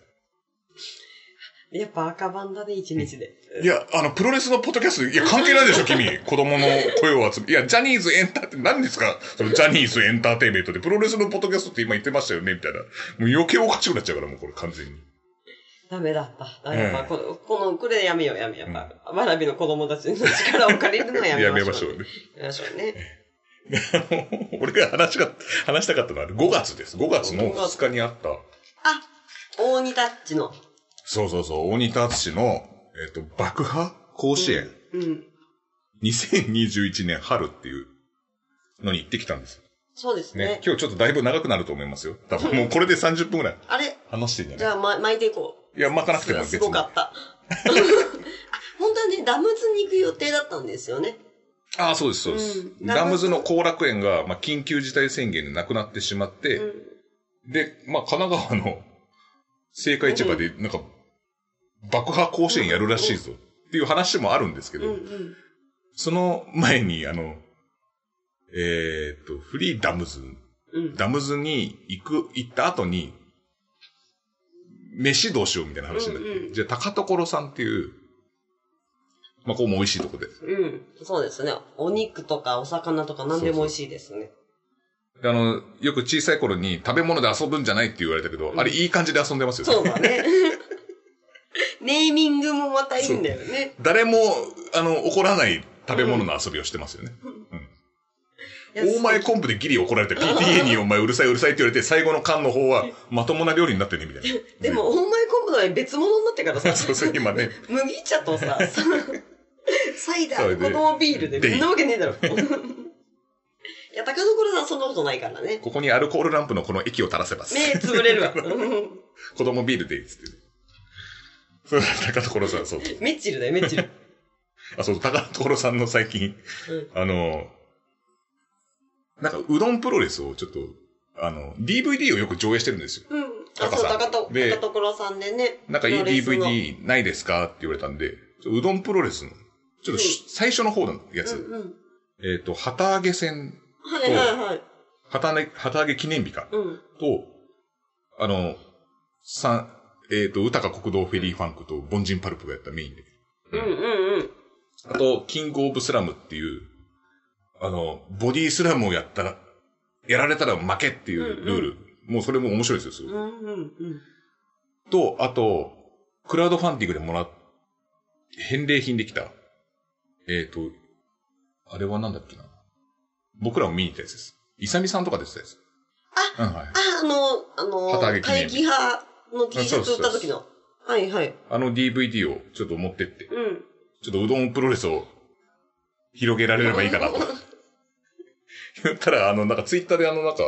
Speaker 2: やっぱ赤番だね、一日で。
Speaker 3: いや、あの、プロレスのポッドキャスト、いや、関係ないでしょ、君。子供の声を集め、いや、ジャニーズエンターテ、何ですかそのジャニーズエンターテインメントで、プロレスのポッドキャストって今言ってましたよね、みたいな。もう余計おかしくなっちゃうから、もうこれ完全に。
Speaker 2: ダメだった。ダメだった
Speaker 3: ええ
Speaker 2: この、この、これでやめよう、やめよう。わらびの子供たちの力を借りるのはやめ
Speaker 3: や
Speaker 2: ましょう。
Speaker 3: めましょうね。
Speaker 2: やめましょうね。
Speaker 3: もう 俺が話が、話したかったのは5月です。5月の2日にあった、
Speaker 2: あ、大仁タッチの。
Speaker 3: そうそうそう、鬼田敦の、えっ、と、爆破甲子園、
Speaker 2: うん。
Speaker 3: 2021年春っていうのに行ってきたんです。
Speaker 2: そうです
Speaker 3: ね
Speaker 2: ね。
Speaker 3: 今日ちょっとだいぶ長くなると思いますよ。多分もうこれで30分ぐらい
Speaker 2: あれ
Speaker 3: 話してんじゃ
Speaker 2: じ
Speaker 3: ない
Speaker 2: ゃあ、ま、巻いていこう。
Speaker 3: いや、巻かなくても別に。
Speaker 2: すごか った。あ本当はね、ダムズに行く予定だったんですよね。
Speaker 3: ああ、そうです、そうです。
Speaker 2: うん
Speaker 3: ダムズの後楽園が、まあ、緊急事態宣言でなくなってしまって、
Speaker 2: うん。
Speaker 3: で、まあ、神奈川の青果市場で、なんか、爆破甲子園やるらしいぞっていう話もあるんですけ
Speaker 2: う
Speaker 3: ど、
Speaker 2: んうん。
Speaker 3: その前に、あの、えーっと、フリーダムズ、
Speaker 2: うん。
Speaker 3: ダムズに行く、行った後に、飯どうしようみたいな話になって、
Speaker 2: うんうん
Speaker 3: じゃあ、高所さんっていう、まあ、ここも美味しいとこで。
Speaker 2: うん。そうですね。お肉とかお魚とか何でも美味しいですね。
Speaker 3: であの、よく小さい頃に食べ物で遊ぶんじゃないって言われたけど、
Speaker 2: うん
Speaker 3: あれいい感じで遊んでますよね。
Speaker 2: そう だね。ネーミングもまたいいんだよね。
Speaker 3: 誰も、あの、怒らない食べ物の遊びをしてますよね。大前
Speaker 2: いや
Speaker 3: 昆布でギリ怒られて、PTA にお前うるさいうるさいって言われて、最後の缶の方はまともな料理になってね、みたいな。
Speaker 2: でも、大前昆布の上に別物になってからさ、
Speaker 3: そうそう、今ね、
Speaker 2: 麦茶 とさ、さサイダ
Speaker 3: そう
Speaker 2: ー、
Speaker 3: ね
Speaker 2: 子供ビールで、
Speaker 3: で
Speaker 2: そんなわけねえだろ。い や、高所さんそんなことないからね。
Speaker 3: ここにアルコールランプのこの液を垂らせば、
Speaker 2: 目つぶ れるわ。
Speaker 3: 子供ビールでいいっつって。そう、高所さん、そう。
Speaker 2: メッチルだよ、メッチル。
Speaker 3: あ、そう、高所さんの最近、あの、なんか、うどんプロレスをちょっと、あの、DVD をよく上映してるんですよ。
Speaker 2: うん。あ、
Speaker 3: 高
Speaker 2: そう、
Speaker 3: さん
Speaker 2: 高と
Speaker 3: で
Speaker 2: 高所さんでね。
Speaker 3: なんかいい
Speaker 2: プロレスの
Speaker 3: DVD ないですかって言われたんで、ちょうどんプロレスの、ちょっとし、最初の方のやつ、
Speaker 2: うんうん。
Speaker 3: えっ、と、旗揚げ戦、
Speaker 2: はいはいはい。
Speaker 3: 旗揚げ、旗揚げ記念日か、
Speaker 2: うん。
Speaker 3: と、あの、三、えっ、と、歌か国道フェリーファンクと凡人パルプがやったメインで。
Speaker 2: うんうんうん。
Speaker 3: あと、キングオブスラムっていう、あの、ボディスラムをやったら、やられたら負けっていうルール。もうそれも面白いですよ、すごい
Speaker 2: うんうんうん。
Speaker 3: と、あと、クラウドファンディングでもらっ、返礼品できた、えっ、と、あれはなんだっけな。僕らも見に行ったやつです。イサミさんとか出てたやつ。あ、うん、はい。
Speaker 2: あ、あの、あの、
Speaker 3: 旗揚げ記念
Speaker 2: 怪
Speaker 3: 日
Speaker 2: 奇派の T シャツ売った時の。はいはい。
Speaker 3: あの DVD をちょっと持ってって、
Speaker 2: うん。
Speaker 3: ちょっとうどんプロレスを広げられればいいかなと。言ったら、あの、なんかツイッターであの、なんか、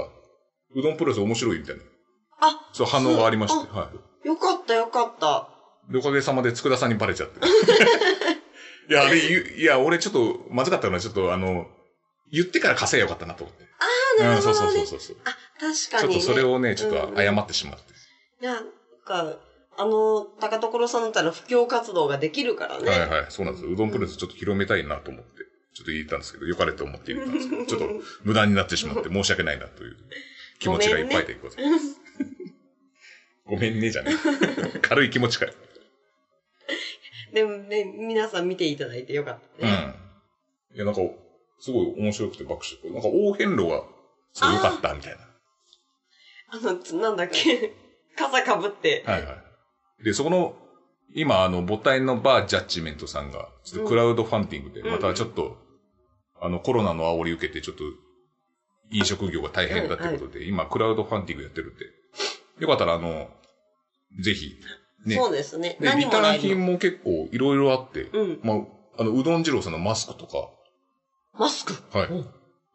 Speaker 3: うどんプロレス面白いみたいな。
Speaker 2: あ、
Speaker 3: そう、反応がありまして、は
Speaker 2: よかったよかった。
Speaker 3: い。で、おかげさまで佃さんにバレち ゃって。いや、あれ、ゆいや、俺ちょっと、まずかったのは、ちょっとあの、言ってから稼いよかったなと思って。ああ、
Speaker 2: なるほどね
Speaker 3: そうそうそうそう。
Speaker 2: 確か
Speaker 3: ちょ
Speaker 2: に、
Speaker 3: っと
Speaker 2: ね。
Speaker 3: それをね、ちょっと謝
Speaker 2: うん
Speaker 3: ってしまって。
Speaker 2: なんか、あの、高所さんだったら布教活動ができるからね。
Speaker 3: はいはい、そうなんですよ。うどんプロレスちょっと広めたいなと思って、ちょっと言ったんですけど、良かれと思って言ったんですけど、ちょっ と無駄になってしまって申し訳ないなという気持ちがいっぱいでございます。ごめんねじゃねえ軽い気持ちかよ。
Speaker 2: でもね、皆さん見ていただいてよかった
Speaker 3: うん。い
Speaker 2: ね。
Speaker 3: や、なんか、すごい面白くて爆笑。なんか、応変路が、すごい良かったみたい
Speaker 2: あのつ、なんだっけ、 傘かぶって。
Speaker 3: な。はいはい。で、そこの、今、あの、母体のバージャッジメントさんが、ちょっとクラウドファンディングで、
Speaker 2: うん
Speaker 3: またちょっと、あの、コロナの煽り受けて、ちょっと、飲食業が大変だってことで、今、クラウドファンディングやってるって。よかったら、あの、ぜひ。ね
Speaker 2: そうですね。
Speaker 3: で、リ
Speaker 2: 何
Speaker 3: タ
Speaker 2: も
Speaker 3: ーン
Speaker 2: ないの
Speaker 3: 品も結構いろいろあって、
Speaker 2: うん。
Speaker 3: まあ、あの、うどん二郎さんのマスクとか、
Speaker 2: マスク。
Speaker 3: はい。
Speaker 2: うん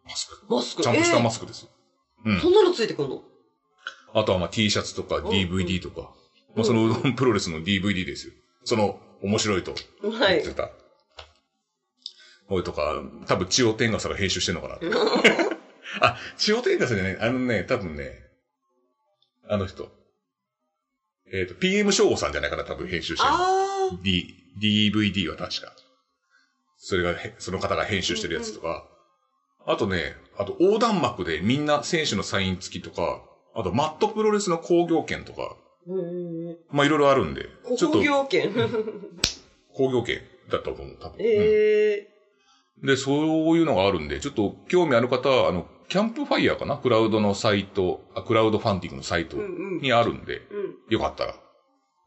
Speaker 3: マスク。
Speaker 2: マスク。
Speaker 3: ちゃんとしたマ
Speaker 2: ス
Speaker 3: スクです。うん
Speaker 2: そ。んなのついてくんの
Speaker 3: あとはまあ T シャツとか
Speaker 2: ん
Speaker 3: DVD とか、
Speaker 2: うん
Speaker 3: まあ、そのうどんプロレスの DVD ですよ。その、面白いと
Speaker 2: は
Speaker 3: 言っ
Speaker 2: い
Speaker 3: て。た。これとか、多分、千代天笠が編集してんのかな と。あ、千代天笠じゃない、あのね、多分ね、あの人。えっ、と、PM 翔吾さんじゃないかな、多分編集してるの。
Speaker 2: あ
Speaker 3: D、DVD は確か。それがへ、その方が編集してるやつとか、あとね、あと横断幕でみんな選手のサイン付きとか、あとマットプロレスの工業券とか、
Speaker 2: うん。
Speaker 3: まあいろいろあるんで、ちょっと
Speaker 2: 工業権。
Speaker 3: 工業券だったと思う、多分。うん
Speaker 2: え
Speaker 3: で、そういうのがあるんで、ちょっと興味ある方は、あの、キャンプファイヤーかなクラウドのサイトあ、クラウドファンディングのサイ
Speaker 2: え
Speaker 3: ト
Speaker 2: ー。うんうん。
Speaker 3: にあるんで、
Speaker 2: うん。
Speaker 3: よかったら、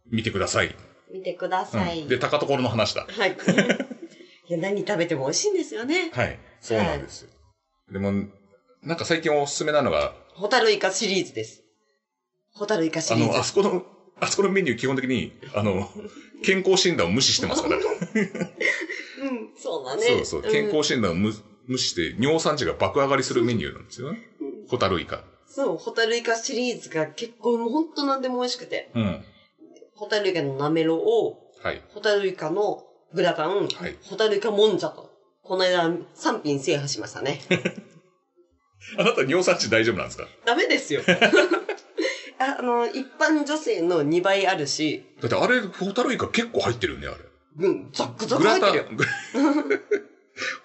Speaker 3: 見てください。
Speaker 2: 見てく
Speaker 3: う
Speaker 2: だ
Speaker 3: ん
Speaker 2: さい。
Speaker 3: で、高所の話だ。
Speaker 2: はい。いや、何食べても美味しいんですよね。
Speaker 3: はい。そうなんですよ。でも、なんか最近おすすめなのが、
Speaker 2: ホタルイカシリーズです。ホタルイカシ
Speaker 3: あ
Speaker 2: リー
Speaker 3: の、
Speaker 2: ズ
Speaker 3: あ。そこの、あそこのメニュー基本的に、あの、健康診断を無視してますから。
Speaker 2: うん、そうだね。
Speaker 3: そうそう。健康診断を無無視して、尿酸値が爆上がりするメニューなんですよね。
Speaker 2: うん
Speaker 3: ホタルイカ。
Speaker 2: そう、ホタルイカシリーズが結構もうほんと何でも美味しくて。
Speaker 3: うん。
Speaker 2: ホタルイカのなめろを、
Speaker 3: はい。
Speaker 2: ホタルイカのグラタン、
Speaker 3: はい
Speaker 2: ホタルイカもんじゃと。この間3品制覇しまし たね。
Speaker 3: あなた尿酸値大丈夫なんですか
Speaker 2: ダメで すよ。ああの、一般女性の2倍あるし、
Speaker 3: だってあれ、ホタルイカ結構入ってるよね、あれ。
Speaker 2: うん、ザックザッ
Speaker 3: グ
Speaker 2: ク入
Speaker 3: ラ
Speaker 2: って
Speaker 3: タ
Speaker 2: るよ。
Speaker 3: ン。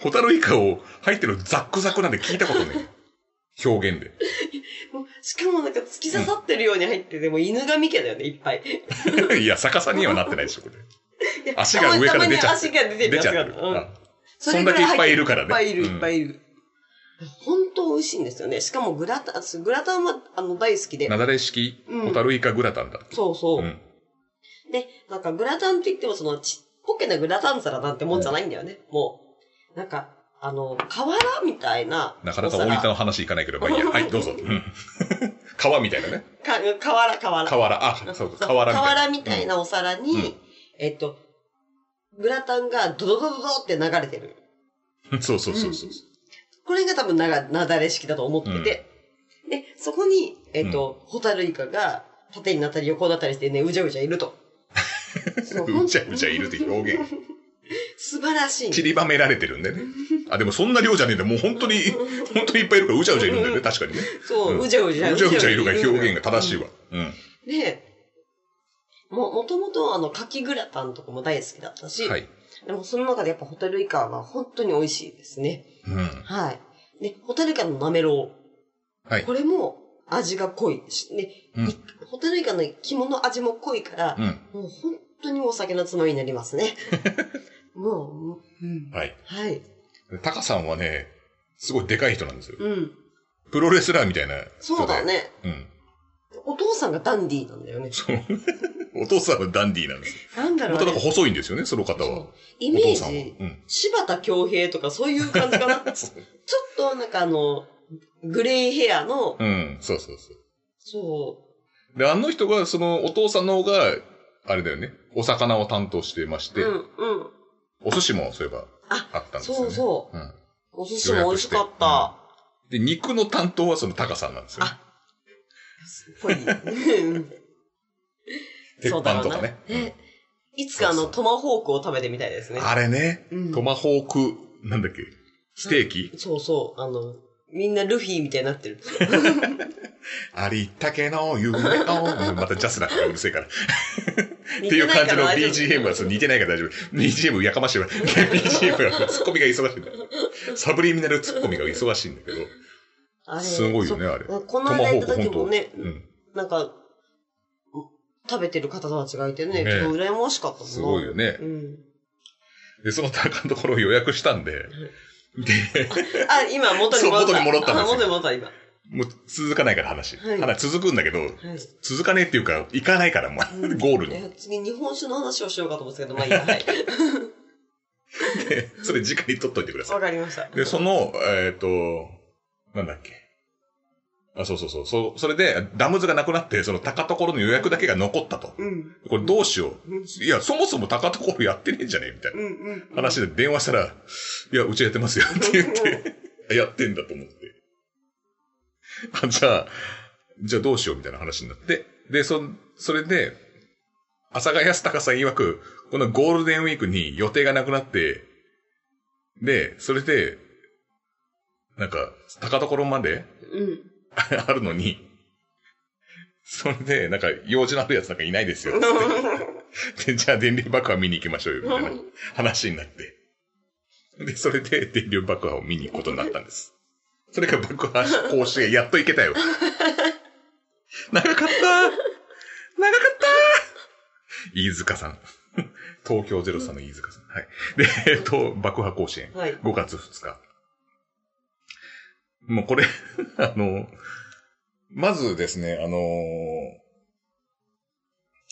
Speaker 3: ホタルイカを入ってるザックザクなんて聞いたことない。表現で。
Speaker 2: しかもなんか突き刺さってるように入ってて、もう犬神家だよね、いっぱい。
Speaker 3: いや、逆さにはなってないでしょ、これ。
Speaker 2: いや
Speaker 3: 足が上から出ちゃ
Speaker 2: たま
Speaker 3: っ
Speaker 2: に
Speaker 3: て
Speaker 2: 足が出てる
Speaker 3: 出
Speaker 2: やつ
Speaker 3: ちゃ
Speaker 2: があ
Speaker 3: って
Speaker 2: る
Speaker 3: る。。
Speaker 2: うん
Speaker 3: あ
Speaker 2: れぐ
Speaker 3: そんだ
Speaker 2: ら入って
Speaker 3: けいっぱいいるからね
Speaker 2: いっぱいいる、いっぱいいる。本当美味しいんですよね。しかもグラタン、グラタンはあの大好きで
Speaker 3: な。だれ式
Speaker 2: うん
Speaker 3: ホタルイカグラタンだ。
Speaker 2: そうそう。
Speaker 3: うん。
Speaker 2: で、なんかグラタンって言ってもそのちっぽけなグラタン皿なんてもんじゃないんだよね。もう、なんか、あの、瓦みたいな。
Speaker 3: なかなか
Speaker 2: お皿
Speaker 3: 大仁田の話いかないけど、まあいいや。はい、どうぞ。うん皮みたいなね。
Speaker 2: か瓦、瓦。
Speaker 3: 瓦、あ、そうか、瓦みたいな。
Speaker 2: 瓦みたいなお皿に、
Speaker 3: うん
Speaker 2: えっと、グラタンがドドドドドって流れてる。
Speaker 3: うん。そうそうそうそう。
Speaker 2: これが多分なが、なだれ式だと思ってて。で、そこに、えっ、と、ホタルイカが縦になったり横だったりしてね、うじゃうじゃいると。 そう
Speaker 3: うじゃうじゃいるって表現。
Speaker 2: 素晴らしい。
Speaker 3: 散りばめられてるんでね。あ、でもそんな量じゃねえんだ。もう本当に、本当にいっぱいいるから、うじゃうじゃいるんだよね。確かにね。
Speaker 2: そうう、
Speaker 3: ん
Speaker 2: うじゃうじゃ。
Speaker 3: うじゃうじゃいるが表現が正しい
Speaker 2: わ。
Speaker 3: わ。うん。
Speaker 2: で、も、もともとあの、カキグラタンとかも大好きだったし、
Speaker 3: はい。
Speaker 2: でもその中でやっぱホタルイカは本当に美味しいですね。
Speaker 3: うん。
Speaker 2: はい。で、ホタルイカのなめろう。
Speaker 3: はい
Speaker 2: これも味が濃いし。ね、
Speaker 3: うん
Speaker 2: いホタルイカの肝の味も濃いから
Speaker 3: う、ん。
Speaker 2: もう本当にお酒のつまみになります ね。もう、うん、
Speaker 3: はい。
Speaker 2: はい。
Speaker 3: タカさんはね、すごいでかい人なんですよ。
Speaker 2: うん。
Speaker 3: プロレスラーみたいな人で。
Speaker 2: そうだ。ね。
Speaker 3: うん。
Speaker 2: お父さんがダンディーなんだよね。
Speaker 3: そう。お父さんはダンディーなんですよ。
Speaker 2: なんだ
Speaker 3: ま
Speaker 2: ろう
Speaker 3: た
Speaker 2: ね
Speaker 3: なんか。細いんですよね、その方
Speaker 2: そ
Speaker 3: は
Speaker 2: う。イ
Speaker 3: お
Speaker 2: メー
Speaker 3: 父さんは。
Speaker 2: ジ、
Speaker 3: うん。
Speaker 2: 柴田恭平とかそういう感じ かな。ちょっとなんかあの、グレイヘアの、
Speaker 3: うん。そうそうそ
Speaker 2: そう、
Speaker 3: う。で、あの人が、そのお父さんの方が、あれだよね。お魚を担当してまして、
Speaker 2: うんうん。
Speaker 3: お寿司もそういえば
Speaker 2: あ
Speaker 3: あったんですよね。。
Speaker 2: そうそう
Speaker 3: うん。
Speaker 2: う。お寿司も美味しかった。
Speaker 3: で、肉の担当はそのタカさんなんですよね。
Speaker 2: あぽい。うん
Speaker 3: 鉄板とかね。
Speaker 2: そうだろうなねいつか
Speaker 3: そ
Speaker 2: あ
Speaker 3: う
Speaker 2: の、
Speaker 3: そう
Speaker 2: トマホークを食べてみたいですね。
Speaker 3: あれね、
Speaker 2: うん
Speaker 3: トマホーク、なんだっけ、ステーキ、
Speaker 2: そうそう。あの、みんなルフィみたいになっ てる。
Speaker 3: ありったけの夢を、またジャスラックがうるせえから。って
Speaker 2: 似
Speaker 3: い
Speaker 2: て
Speaker 3: う
Speaker 2: ない
Speaker 3: 感
Speaker 2: か
Speaker 3: じの
Speaker 2: ら大丈夫
Speaker 3: BGM はそう似てないから大丈夫。BGM やかましいわ。BGM が、ツッコミが忙しいんだよ。サブリミナルツッコミが忙しいんだけど。
Speaker 2: あれ
Speaker 3: すごいよね、あれ。
Speaker 2: そ
Speaker 3: ト
Speaker 2: うこの
Speaker 3: マホ
Speaker 2: 間
Speaker 3: ー
Speaker 2: 行っ
Speaker 3: ク、
Speaker 2: た時
Speaker 3: 本当。
Speaker 2: もね、
Speaker 3: うん。
Speaker 2: なんか、食べてる方たちがいてね、
Speaker 3: ね
Speaker 2: ちょっと羨ましかったもんな
Speaker 3: すごいよね
Speaker 2: う。ん。
Speaker 3: で、そのタカのところを予約したんで、で、
Speaker 2: あ、今元に戻った。
Speaker 3: そう元に戻ったんですよ
Speaker 2: あ元に戻った、今。は
Speaker 3: もう続かないから話。
Speaker 2: はい
Speaker 3: 話続くんだけど、
Speaker 2: い。
Speaker 3: 続かねえっていうか、行かないから、も
Speaker 2: う
Speaker 3: う、
Speaker 2: ん
Speaker 3: ゴール
Speaker 2: い
Speaker 3: に。
Speaker 2: や次、日本酒の話をしようかと思ってたけど、まあいいや。はい。
Speaker 3: でそれ次回取っといてくださ
Speaker 2: わかりました。
Speaker 3: い。で、その、えっ、と、なんだっけ。あ、そうそうそう。そう、それで、ダムズがなくなって、その高所の予約だけが残ったと。
Speaker 2: うん。
Speaker 3: これどうしよ
Speaker 2: うん
Speaker 3: う。いや、そもそも高所やってねえんじゃねえみたいな
Speaker 2: うんうん。
Speaker 3: 話で電話したら、いや、うちやってますよって言って、やってんだと思って。あ、じゃあ、じゃあどうしようみたいな話になって。で、そ、それで、朝ヶ谷隆さん曰く、このゴールデンウィークに予定がなくなって、で、それで、なんか、高所まで
Speaker 2: うん。
Speaker 3: あるのに、それで、なんか、用事のあるやつなんかいないですよ。 で、じゃあ電流爆破見に行きましょうよ、みたいな話になって。で、それで電流爆破を見に行くことになったんです。それが爆破講師がやっと行けたよ。長かった長かった飯塚さん。東京ゼロさんの飯塚さん。はい。で、えっと、爆破甲子園。
Speaker 2: はい。
Speaker 3: 5月2日。もうこれ、 あの、まずですね、あの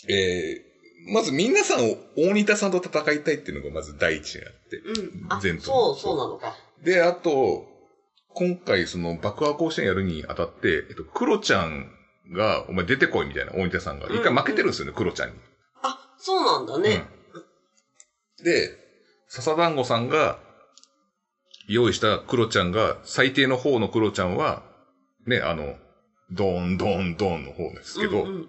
Speaker 3: えーまず皆さんを大仁田さんと戦いたいっていうのがまず第一にあって。
Speaker 2: うん。あ、
Speaker 3: 全部
Speaker 2: そう、そうなのか。
Speaker 3: で、あと、今回その爆破甲子園やるにあたって、えっと、クロちゃんが、お前出てこいみたいな大仁田さんが。
Speaker 2: うん
Speaker 3: 一回負けてるんですよね、クロちゃんに。
Speaker 2: あ、そうなんだね。
Speaker 3: うんで、笹団子さんが用意したクロちゃんが、最低の方のクロちゃんは、ね、あの、ドーンドーンドーンの方ですけど、
Speaker 2: うんうん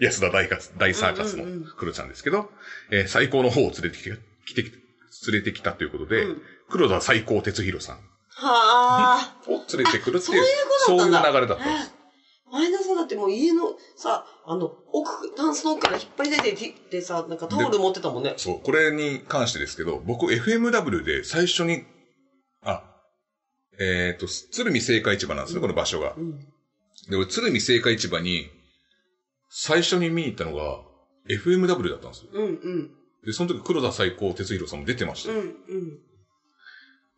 Speaker 3: 安田大が大サーカス
Speaker 2: うんうんう
Speaker 3: の
Speaker 2: ん
Speaker 3: クロちゃんですけど、えー最高の方を連れてきて、来て連れてきたということで、
Speaker 2: うん
Speaker 3: 黒田最高哲弘さん
Speaker 2: は
Speaker 3: を連れてくる
Speaker 2: あ。
Speaker 3: っ て
Speaker 2: そう
Speaker 3: い
Speaker 2: いう
Speaker 3: う、
Speaker 2: ことだったん
Speaker 3: そう
Speaker 2: だ。
Speaker 3: いう流れだったんです。
Speaker 2: えー前田さんだってもう家のさ、あの、奥、タンスの奥から引っ張り出てきてさ、なんかタオル持ってたもんね。
Speaker 3: そう、これに関してですけど、僕 FMW で最初に、あ、えっ、と、鶴見青果市場なんですね、この場所が
Speaker 2: う。ん。
Speaker 3: で、俺、鶴見青果市場に、最初に見に行ったのが、FMW だったんですよ。
Speaker 2: うんうん。
Speaker 3: で、その時、黒田最高哲弘さんも出てました
Speaker 2: う
Speaker 3: よ、
Speaker 2: んうん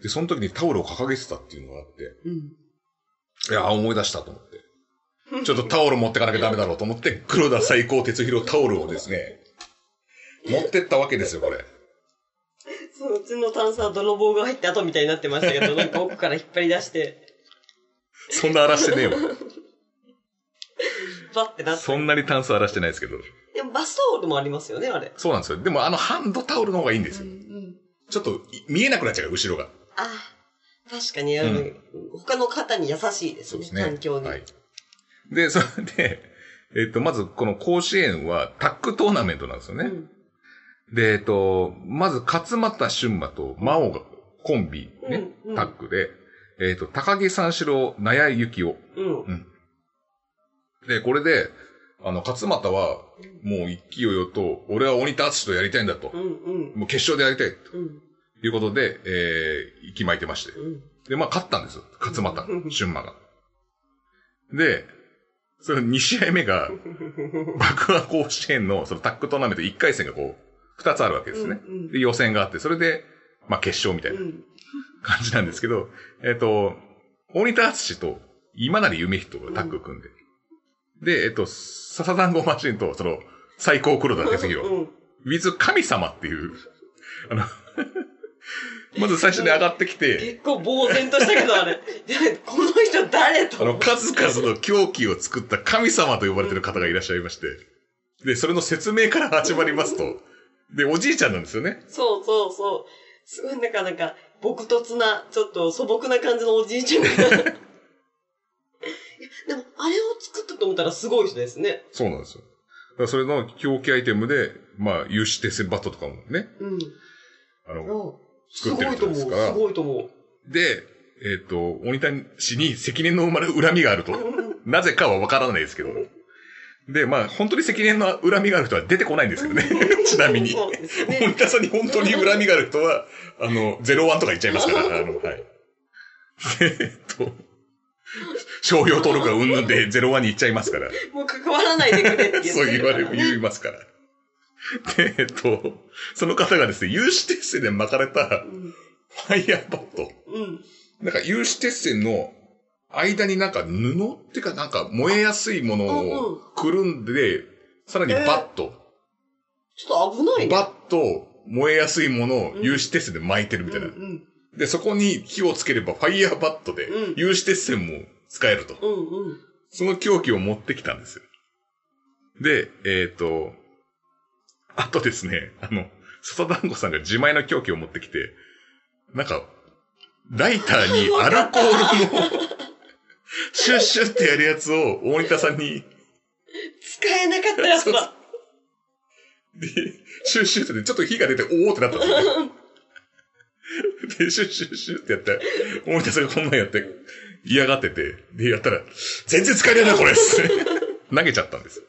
Speaker 3: で、その時にタオルを掲げてたっていうのがあって、
Speaker 2: うん。
Speaker 3: いや、あ思い出したと思って。ちょっとタオル持ってかなきゃダメだろうと思って、黒田最高哲弘タオルをですね、持ってったわけですよ、これ。
Speaker 2: そう、うちの炭酸は泥棒が入った後みたいになってましたけど、なんか奥から引っ張り出して、
Speaker 3: そんな荒らしてねえわ。
Speaker 2: バッて なって。
Speaker 3: そんなにタンス荒らしてないですけど。
Speaker 2: でもバスタオルもありますよね、あれ。
Speaker 3: そうなんですよ。でもあのハンドタオルの方がいいんですよ。
Speaker 2: ん。
Speaker 3: ちょっとい見えなくなっちゃう、後ろが。
Speaker 2: ああ、確かに、あの、
Speaker 3: うん
Speaker 2: 他の方に優しいですね、環境に。
Speaker 3: はい。で、それで、えっと、まずこの甲子園はタックトーナメントなんですよ
Speaker 2: う
Speaker 3: ね。
Speaker 2: ん
Speaker 3: で、えっと、まず勝俣俊馬と真央がコンビ、ね、
Speaker 2: うんうん
Speaker 3: タッグで、えっと、高木三四郎、納谷幸雄。
Speaker 2: うん。
Speaker 3: で、これで、あの、勝俣は、もう勢いよと、俺は鬼田敦とやりたいんだと
Speaker 2: う。んうん。
Speaker 3: もう決勝でやりたい。
Speaker 2: うん。
Speaker 3: ということで、えー、息巻いてまして。
Speaker 2: うん。
Speaker 3: で、まあ、勝ったんですよ。勝俣
Speaker 2: う、ん
Speaker 3: 春馬が。で、その2試合目が、爆破甲子園のそのタッグトーナメント1回戦がこう、2つあるわけですね。
Speaker 2: うんうん
Speaker 3: で、予選があって、それで、まあ、決勝みた
Speaker 2: う。
Speaker 3: いなん感じなんですけど、えっ、と、大仁田敦と今成夢人がタッグ組んで、で、えっ、と、笹団子マシンと、その、最高黒田哲弘
Speaker 2: う、ん。
Speaker 3: with 神様っていう、あの、 まず最初に上がってきて、
Speaker 2: 結構呆然としたけど、あれ。でこの人誰と
Speaker 3: あの、数々の狂気を作った神様と呼ばれてる方がいらっしゃいまして。で、それの説明から始まりますと。で、おじいちゃんなんですよね。
Speaker 2: そうそうそう。すごいなんかなんか、朴突な、ちょっと素朴な感じのおじ いちゃんが。いやでも、あれを作ったと思ったらすごい人ですね。
Speaker 3: そうなんですよ。だからそれの狂気アイテムで、まあ、有刺鉄線バットとかもね、
Speaker 2: うん。
Speaker 3: あの、
Speaker 2: うんす
Speaker 3: 作っ
Speaker 2: ご
Speaker 3: てる
Speaker 2: い
Speaker 3: 人
Speaker 2: と思
Speaker 3: で
Speaker 2: う。
Speaker 3: すすから
Speaker 2: ごいと思う。
Speaker 3: で、えっ、と、鬼谷氏に積年の生まれ恨みがあると。なぜかはわからないですけど。で、まあ、本当に積年の恨みがある人は出てこないんですけどね。 ちなみに。
Speaker 2: そうですね。
Speaker 3: 森田さんに本当に恨みがある人は、あの、ゼロワンとか言っちゃいます から、あの、はい。えっと、商用登録がうんぬんでゼロワンに行っちゃいますから、
Speaker 2: もう関わらないでくれって言って
Speaker 3: そう言われる、
Speaker 2: 言
Speaker 3: 言いますから。で、えっと、その方がですね、有刺鉄線で巻かれたフ
Speaker 2: うん。
Speaker 3: ァイヤーバット。
Speaker 2: うん。
Speaker 3: なんか有刺鉄線の間になんか布ってかなんか燃えやすいもの
Speaker 2: うんうん
Speaker 3: をくるんで、さらにバット。
Speaker 2: ちょっと危ないね。
Speaker 3: バット、燃えやすいものを
Speaker 2: うん
Speaker 3: 有刺鉄線で巻いてるみたいな。
Speaker 2: うんうん。
Speaker 3: で、そこに火をつければファイヤーバットで
Speaker 2: うん、
Speaker 3: 有刺鉄線も使えると。
Speaker 2: うんうん。
Speaker 3: その凶器を持ってきたんですよ。で、えっ、と、あとですね、あの、笹団子さんが自前の凶器を持ってきて、なんか、ライター にアルコールの、シュッシュッってやるやつを大仁田さんに、
Speaker 2: 使えなかったやつだ。
Speaker 3: で、シュッシュッってやってちょっと火が出て、おおってなったんですよ。で、シュッシュッシュッってやったら、大分さんがこんなんやって、嫌がってて、で、やったら、全然使えねえな、これっつって投げちゃったんですよ。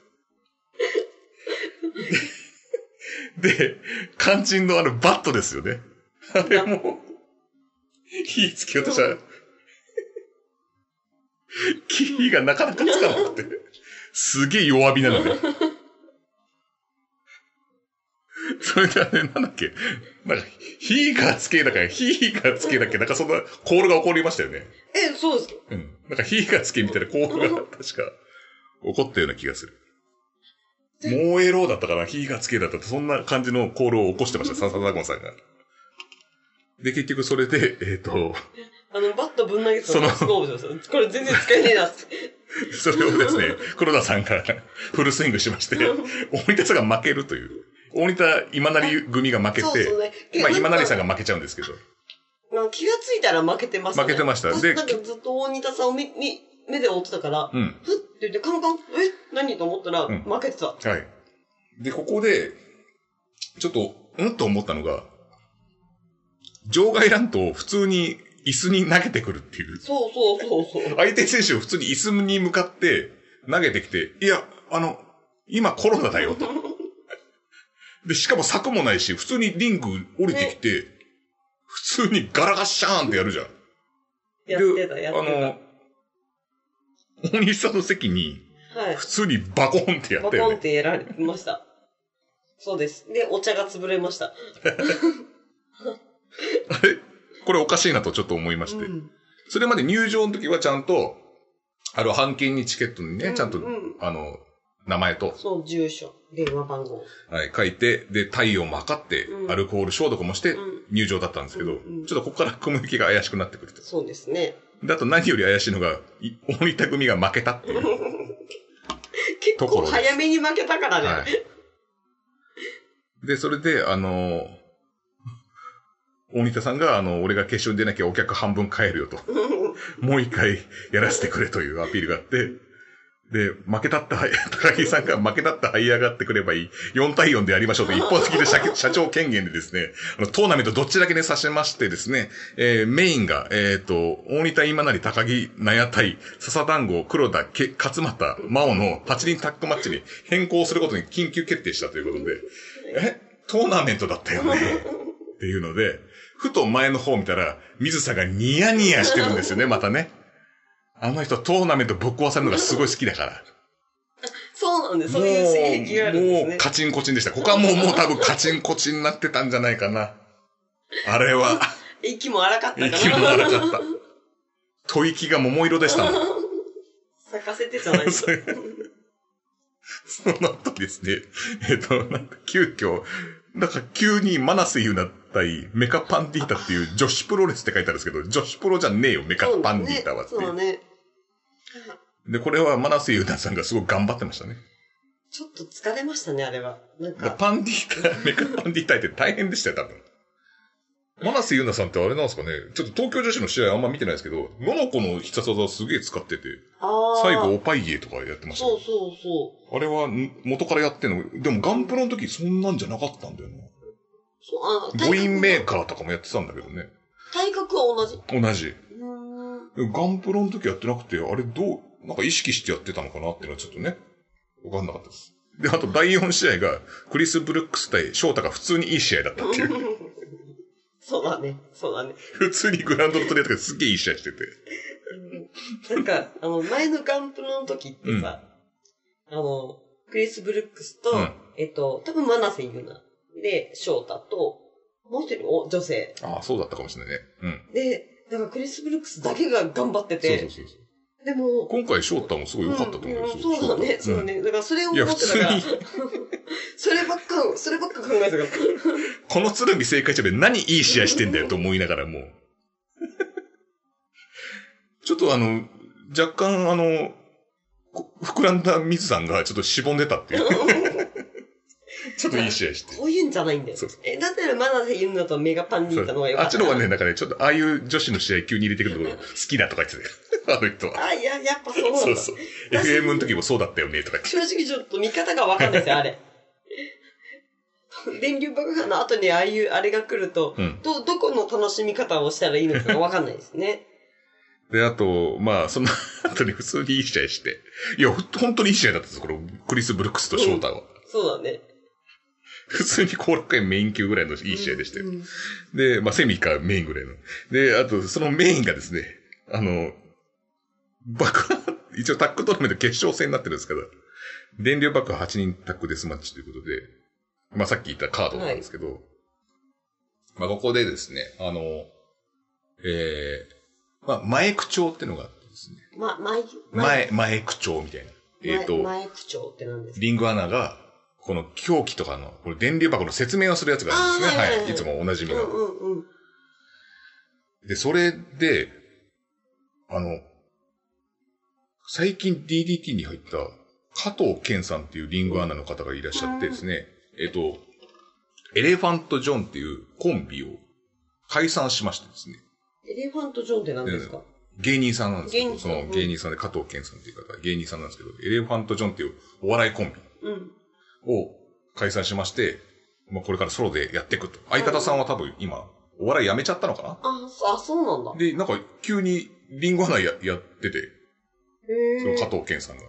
Speaker 3: で、で肝心のあの、バットですよね。あれも、火つけようとしたら、火がなかなかつかなくて、すげえ弱火なのね。それであれ、なんだっけなんか、火がつけだから、火がつけだっけなんかそんな、コールが起こりましたよね。
Speaker 2: え、そうです。
Speaker 3: うん。なんか、火がつけみたいなコールが、確か、起こったような気がする。燃えろだったかな火がつけだったかそんな感じのコールを起こしてました、サンサダゴンさんが。で、結局それで、えっ、と、
Speaker 2: あの、バットぶん投げてたのがすごい面白いです。これ全然使えねえ なって。
Speaker 3: それをですね、黒田さんが フルスイングしまして、大仁田さんが負けるという。大仁田今成組が負け
Speaker 2: そうそう
Speaker 3: て、
Speaker 2: ね。
Speaker 3: まあ今成さん
Speaker 2: が。
Speaker 3: が負けちゃうんですけど、
Speaker 2: なんか気がついたら負けてました、ね。
Speaker 3: 負けてました
Speaker 2: 私
Speaker 3: で
Speaker 2: なんかずっと大仁田さんをみ、み、目で追ってたから、
Speaker 3: うん。
Speaker 2: ふって言って、カンカン、え何と思ったら、
Speaker 3: うん
Speaker 2: 負けてた。
Speaker 3: はい。で、ここで、ちょっと、うんと思ったのが、場外乱闘を普通に椅子に投げてくるっていう。
Speaker 2: そうそうそうそう。
Speaker 3: 相手選手を普通に椅子に向かって投げてきて、いや、あの、今コロナだよと。で、しかも柵もないし、普通にリング降りてきて、普通にガラガッシャーンってやるじゃん。
Speaker 2: やってた、や
Speaker 3: あ
Speaker 2: って
Speaker 3: の、大西さんの席に、
Speaker 2: た。はい。
Speaker 3: 普通にバコンってや
Speaker 2: バ
Speaker 3: ったよ
Speaker 2: コンっ
Speaker 3: ね。
Speaker 2: てやられてました。そうです。で、お茶が潰れました。
Speaker 3: あれこれおかしいなとちょっと思いまして。
Speaker 2: うん
Speaker 3: それまで入場の時はちゃんと、あの、半券にチケットにね、ちゃんと、
Speaker 2: ううん
Speaker 3: あの、名前と、
Speaker 2: そう、住所、電話番号。
Speaker 3: はい、書いて、で、体温も測って、
Speaker 2: うん
Speaker 3: アルコール消毒もして
Speaker 2: うん
Speaker 3: 入場だったんですけど、
Speaker 2: うんうん
Speaker 3: ちょっとここから雲行きが怪しくなってくると。
Speaker 2: そうですね。
Speaker 3: で、あと何より怪しいのが、い大分組が負けたっていう。は
Speaker 2: 結
Speaker 3: ところ
Speaker 2: 構
Speaker 3: です
Speaker 2: 早めに負けたからね。
Speaker 3: い。で、それで、あのー大田さんが、あの、俺が決勝に出なきゃお客半分帰るよと。もう一回やらせてくれというアピールがあって、で、負けたった、高木さんが負けたった這い上がってくればいい、4対4でやりましょうと一方的な社社長権限でですね、あの、トーナメントどっちだけでさせましてですね、えーメインが、えっ、と、大仁田今成高木納屋対笹団子黒田け勝俣真央のパチリンタックマッチに変更することに緊急決定したということで、え、トーナメントだったよね。っていうので、ふと前の方を見たら、水さがニヤニヤしてるんですよ ね、またね。あの人トーナメントぶっ壊されるのがすごい好きだから。
Speaker 2: そうなんです。そういう性癖があるんです
Speaker 3: もう
Speaker 2: ね。
Speaker 3: カチンコチンでした。ここはもう、もう多分カチンコチンになってたんじゃないかな。あれは、
Speaker 2: 息も荒かったから。
Speaker 3: 息も荒かった。吐息が桃色でしたもん。
Speaker 2: 咲かせてじゃないです
Speaker 3: それその後ですね、えっ、と、なんか急遽、なんか急にマナスユナ対メカパンディータっていう女子プロレスって書いてあるんですけど、女子プロじゃねえよ、メカパンディータはって
Speaker 2: そう
Speaker 3: い
Speaker 2: だ
Speaker 3: う。
Speaker 2: ね。
Speaker 3: で、これはマナスユナさんがすごい頑張ってましたね。
Speaker 2: ちょっと疲れましたね、あれは。なん
Speaker 3: だから
Speaker 2: か、
Speaker 3: パンディータ、メカパンディータって大変でしたよ、多分。マナスユナさんってあれなんですかね、ちょっと東京女子の試合あんま見てないですけど、ののこの必殺技をすげえ使ってて、
Speaker 2: ああ。
Speaker 3: 最後オパイエとかやってましたね
Speaker 2: そうそうそう。
Speaker 3: あれはん元からやってんの、でもガンプロの時そんなんじゃなかったんだよな。
Speaker 2: そうあ体格
Speaker 3: ボインメーカーとかもやってたんだけどね。
Speaker 2: 体格は同じ。
Speaker 3: 同じ。
Speaker 2: うーん。
Speaker 3: でもガンプロの時やってなくて、あれどう、なんか意識してやってたのかなっていうのはちょっとね、わかんなかったです。で、あと第4試合が、クリス・ブルックス対翔太が普通にいい試合だったっていう。
Speaker 2: そうだね。そうだね。
Speaker 3: 普通にグラウンドの取り合いとかすっげえいい試合してて。
Speaker 2: なんか、あの、前のガンプロの時ってさ、あの、クリス・ブルックスと、
Speaker 3: うん
Speaker 2: えっと、多分マナセユナ。で、翔太と、もう一人お女性。
Speaker 3: ああ、そうだったかもしれないね。うん。
Speaker 2: で、なんかクリス・ブルックスだけが頑張って
Speaker 3: そう
Speaker 2: て、
Speaker 3: そうそうそう。
Speaker 2: でも、
Speaker 3: 今回翔太もすごい良かったと思うよ
Speaker 2: うんうんそうだね、そうだ。ね。だからそれを
Speaker 3: 翔
Speaker 2: 思
Speaker 3: 太んいや、
Speaker 2: っ
Speaker 3: 普
Speaker 2: てた
Speaker 3: 通
Speaker 2: から、
Speaker 3: に、
Speaker 2: そればっか、そればっか考えて たから。
Speaker 3: この鶴見正解者で何いい試合してんだよと思いながらもう。 ちょっとあの、若干あの、こ膨らんだ水さんがちょっとしぼんでたっていう。 ちょっといい試合して。
Speaker 2: こういうんじゃないんだよ
Speaker 3: そうそ。
Speaker 2: え、だったらマナセユナとメガパンディータの方がよか
Speaker 3: あ
Speaker 2: った。
Speaker 3: っちの方がね、なんかね、ちょっとああいう女子の試合急に入れてくるところ好きだとか言ってた よ。あの人は。
Speaker 2: あ、いや、やっぱそうなんだ。
Speaker 3: そうそう。FM の時もそうだったよねとか言って。
Speaker 2: 正直ちょっと見方がわかんないですよ、あれ。電流爆破の後にああいうあれが来ると、
Speaker 3: うん
Speaker 2: ど、どこの楽しみ方をしたらいいのかがわかんないですね。
Speaker 3: で、あと、まあ、その後に普通にいい試合して。いや、ほん本当にいい試合だったんですこのクリス・ブルックスと翔太は。
Speaker 2: そうだね。
Speaker 3: 普通に後楽園メイン級ぐらいのいい試合でしたよ。
Speaker 2: うん
Speaker 3: で、まあ、セミかメインぐらいの。で、あと、そのメインがですね、あの、爆破、一応タックトーナメント決勝戦になってるんですけど、電流爆破8人タックデスマッチということで、まあ、さっき言ったカードなんですけど、まあ、ここでですね、あの、えー、まあ、前口調っていうのがあってですね、
Speaker 2: ま、前、
Speaker 3: 前、前口調みたいな。えっ、
Speaker 2: 前、
Speaker 3: と、
Speaker 2: 前区長って何ですか
Speaker 3: リングアナが、この狂気とかの、これ電流箱の説明をするやつがあるんですね。
Speaker 2: あーは
Speaker 3: はいい
Speaker 2: はいはい
Speaker 3: い。つもおなじみ
Speaker 2: う
Speaker 3: の。
Speaker 2: んうんうん。
Speaker 3: で、それで、あの、最近 DDT に入った加藤健さんっていうリングアナの方がいらっしゃってですね、えっと、エレファント・ジョンっていうコンビを解散しましてですね、
Speaker 2: エレファントジョンって何ですか
Speaker 3: 芸人さんなんですけ
Speaker 2: 芸
Speaker 3: ど、
Speaker 2: 人
Speaker 3: その芸人さんで加藤健さんっていう方、芸人さんなんですけど、エレファント・ジョンっていうお笑いコンビ
Speaker 2: うん。
Speaker 3: を解散しまして、まあ、これからソロでやっていくと。相方さんは多分今、お笑いやめちゃったのかな
Speaker 2: あ、そあ、そうなんだ。
Speaker 3: で、なんか急にリンゴ花ややってて、そ
Speaker 2: へ
Speaker 3: の
Speaker 2: え
Speaker 3: 加。藤健さんが。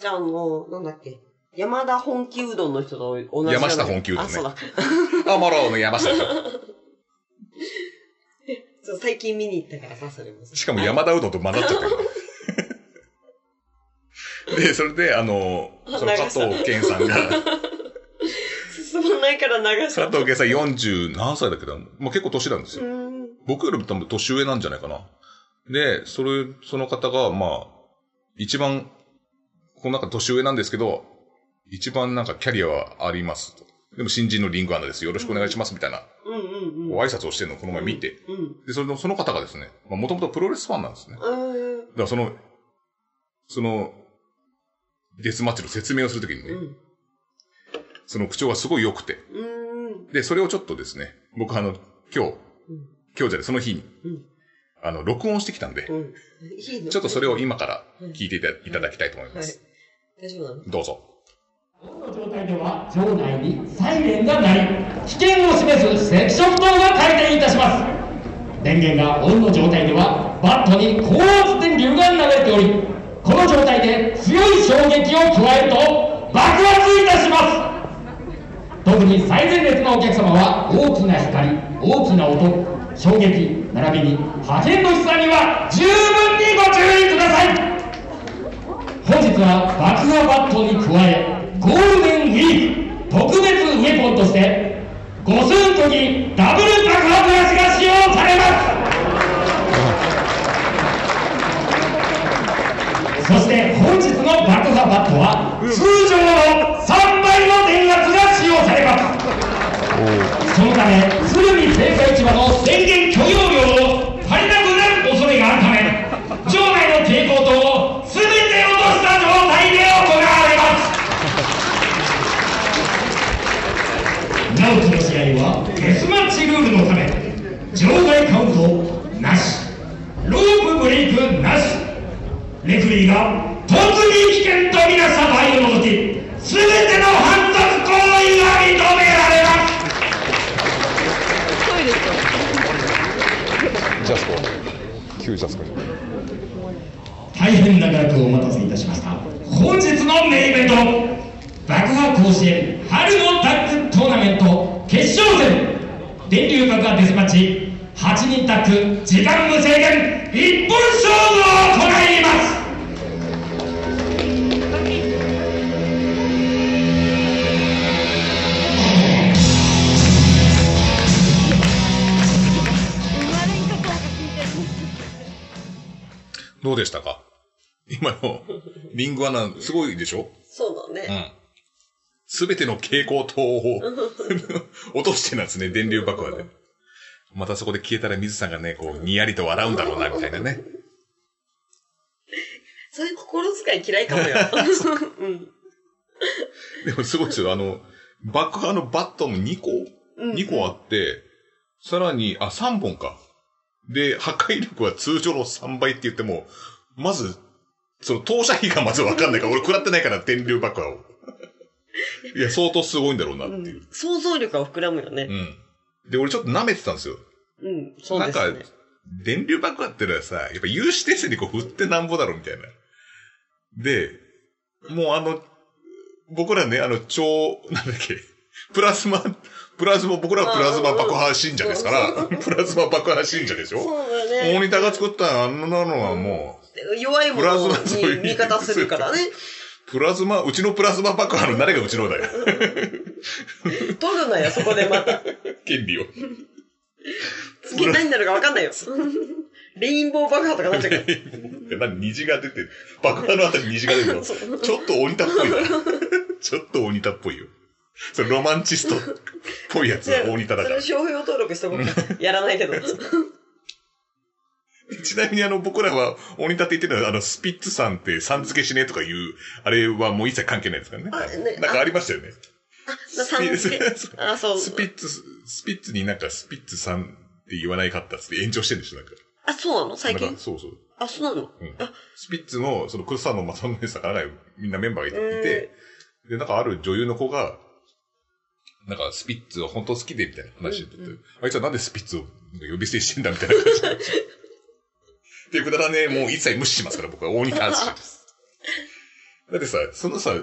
Speaker 2: じゃあ、あの、なんだっけ。山田本気うどんの人と同じ。
Speaker 3: 山下本気うどんね
Speaker 2: あ、そうだ。
Speaker 3: あ、マロの山下さん。
Speaker 2: そう、最近見に行ったからさ、それも。
Speaker 3: しかも山田うどんと混ざっちゃって る。で、それで、あの、その加藤健さんが、
Speaker 2: 進まないから流しちゃ
Speaker 3: 加
Speaker 2: った。
Speaker 3: 藤健さん40何歳だけど、まあ、結構年なんですよ
Speaker 2: う。ん。
Speaker 3: 僕よりも多分年上なんじゃないかな。で、それ、その方が、まあ、一番、この中年上なんですけど、一番なんかキャリアはありますと。でも新人のリングアナです。よろしくお願いします。みたいな、
Speaker 2: うんうんうん。
Speaker 3: ご挨拶をしてるのをこの前見て。
Speaker 2: うん。
Speaker 3: で、それのその方がですね、もともとプロレスファンなんですね。だか
Speaker 2: うん。うん。
Speaker 3: らその、その、デスマッチの説明をするときにね、
Speaker 2: うん。
Speaker 3: その口調がすごい良くて。
Speaker 2: うん。
Speaker 3: で、それをちょっとですね、僕あの、今日、
Speaker 2: うん
Speaker 3: 今日じゃない、その日に、
Speaker 2: うん
Speaker 3: あの、録音してきたんで、
Speaker 2: うん。いいの
Speaker 3: ちょっとそれを今から
Speaker 2: はい
Speaker 3: 聞いていたいただきたいと思いま
Speaker 2: はい
Speaker 3: す。。
Speaker 2: 大丈夫なの
Speaker 3: どうぞ。
Speaker 4: この状態では場内にサイレンが鳴り危険を示すセクション灯が回転いたします電源がオンの状態ではバットに高圧電流が流れておりこの状態で強い衝撃を加えると爆発いたします特に最前列のお客様は大きな光大きな音衝撃並びに破片の飛散には十分にご注意ください本日は爆破バットに加えゴールデンウィーク特別ウェポンとして五寸とぎダブル爆破ブラシが使用されますそして本日の爆破バットは通常の3倍の電圧が使用されますそのため鶴見青果市場の電源許容量を足りなくなる恐れがあるため場内の蛍光灯を全て落とした状態で行われます直樹の試合はデスマッチルールのため場外カウントなしロープブレイクなしレフェリーが突入危険とみなした場合を除き全ての反則行為が認められます
Speaker 3: ジャスコ。旧ジャスコ。
Speaker 4: 大変長くお待たせいたしました本日のメインイベント爆破甲子園春のタッグトーナメント決勝戦電流爆破デスマッチ8人タッグ時間無制限一本勝負を行います
Speaker 3: どうでしたか今の、リングアナ、すごいでしょ
Speaker 2: そうだ
Speaker 3: う
Speaker 2: ね。
Speaker 3: ん。すべての蛍光灯を落としてなんですね、電流爆破で。またそこで消えたら水さんがね、こう、にやりと笑うんだろうな、みたいなね。
Speaker 2: そういう心遣い嫌いかもよ。うん。
Speaker 3: でもすごいですよ。あの、爆破のバットも2個、
Speaker 2: うん
Speaker 3: 2個あって、さらに、あ、3本か。で、破壊力は通常の3倍って言っても、まず、その投射費がまずわかんないから、俺食らってないから、電流爆破 を。いや、相当すごいんだろうなっていう。
Speaker 2: 想像力が膨らむよ
Speaker 3: う
Speaker 2: ね。
Speaker 3: ん。で、俺ちょっと舐めてたんですよ。
Speaker 2: うん、そうです
Speaker 3: なん
Speaker 2: ね
Speaker 3: か。、電流爆破ってのはさ、やっぱ有刺鉄線にこう振ってなんぼだろみたいな。で、もうあの、僕らね、あの、超、なんだっけ、プラズマ、プラズマ、僕らはプラズマ爆破信者です から、プラズマ爆破信者でし
Speaker 2: そう
Speaker 3: ょ
Speaker 2: だね。
Speaker 3: 大仁田が作ったあんなのはも
Speaker 2: 弱いもの
Speaker 3: ブラズマ
Speaker 2: に味方するからね。
Speaker 3: う、プラズマ、うちのプラズマ爆破の誰がうちのだ よ。
Speaker 2: 取るなよ、そこでまた。
Speaker 3: 権利を。
Speaker 2: 次何になるか分かんないよ。レインボー爆破とかなっちゃうから。
Speaker 3: 何虹が出てる。爆破のあたり虹が出て るの。ちょっと鬼田っぽいな。 ちょっと鬼田っぽいよ。それロマンチストっぽいやつは鬼田だ
Speaker 2: そ
Speaker 3: か
Speaker 2: れ
Speaker 3: ら。
Speaker 2: 商標登録しとこうか。やらないけど。
Speaker 3: ちなみにあの僕らは鬼田って言ってるのはあのスピッツさんってさん付けしねえとかいう、あれはもう一切関係ないですからね。
Speaker 2: あね
Speaker 3: なんかありましたよね。
Speaker 2: さん付け。あ、そう。
Speaker 3: スピッツ、スピッツになんかスピッツさんって言わないかったっつって炎上してるんでしょ、なんか。
Speaker 2: あ、そうなの最
Speaker 3: なん
Speaker 2: 近
Speaker 3: か。そうそう。
Speaker 2: あ、そうなの
Speaker 3: うん
Speaker 2: あ
Speaker 3: スピッツの、その、草野正宗さんから、みんなメンバーがい
Speaker 2: うん
Speaker 3: て、で、なんかある女優の子が、なんか、スピッツは本当好きで、みたいな話になって、
Speaker 2: うんう
Speaker 3: あいつはなんでスピッツを呼び捨てしてんだ、みたいな感じで。っていうくだらねえ、もう一切無視しますから、僕は大仁田淳です。 だってさ、そのさ、う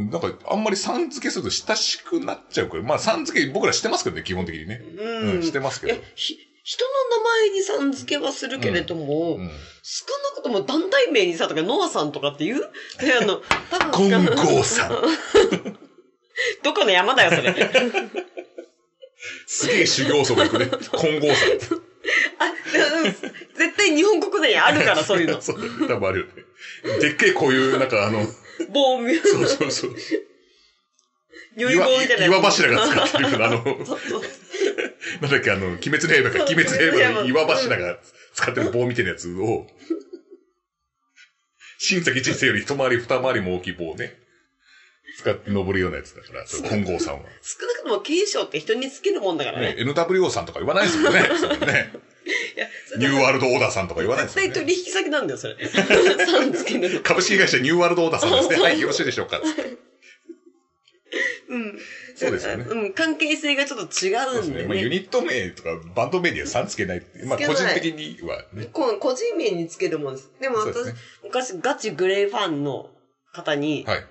Speaker 3: んなんか、あんまりさん付けすると親しくなっちゃうから、まあ、さん付け僕らしてますけどね、基本的にね。
Speaker 2: う。
Speaker 3: うんん、してます
Speaker 2: い
Speaker 3: け
Speaker 2: や
Speaker 3: ど。、
Speaker 2: ひ、人の名前にさん付けはするけれども、
Speaker 3: うん。
Speaker 2: 少なくとも団体名にさ、とか、ノアさんとかっ ていうで、あの、多分
Speaker 1: 金剛さん。
Speaker 2: どこの山だよ、それ。
Speaker 3: すげえ修行僧が行くね。金剛さん。
Speaker 2: あ、うん絶対日本国内にあるから、そういうの。
Speaker 3: そう、多分あるよね。でっけえこういう、なんかあの、
Speaker 2: 棒、妙
Speaker 3: そうそう そう。
Speaker 2: 妙
Speaker 3: 岩
Speaker 2: 棒みたいなやつ。
Speaker 3: 岩柱が使ってるような、あの、
Speaker 2: そうそう
Speaker 3: なんだっけ、あの、鬼滅の刃か、鬼滅の刃の岩柱が使ってる棒みたいなやつを、新崎人生より一回り二回りも大きい棒をね、使って登るようなやつだから、それ金剛さんは。
Speaker 2: 少なくとも継承って人につけるもんだから
Speaker 3: ね
Speaker 2: ね。、
Speaker 3: NWO さんとか言わないですもんね。そうね
Speaker 2: いや、そ
Speaker 3: ニ
Speaker 2: れ
Speaker 3: ューワールドオーダーさんとか言わないで
Speaker 2: 絶
Speaker 3: すもん
Speaker 2: 対
Speaker 3: ね。
Speaker 2: 取引先なんだよ、それ。 さんつけるの。
Speaker 3: 株式会社ニューワールドオーダーさん ですね。はい、よろしいでしょうか。
Speaker 2: うん。
Speaker 3: そうですよね
Speaker 2: うん、関係性がちょっと違
Speaker 3: そうで
Speaker 2: う
Speaker 3: す
Speaker 2: んで
Speaker 3: ね。まあ、ユ
Speaker 2: ね。
Speaker 3: ニット名とかバンド名には3つけないって。まあ、
Speaker 2: つけ
Speaker 3: 個
Speaker 2: ない
Speaker 3: 人的にはね。
Speaker 2: こ個人名につけるもんです。でも
Speaker 3: そうですね、
Speaker 2: 私昔ガチグレーファンの方に、
Speaker 3: はい。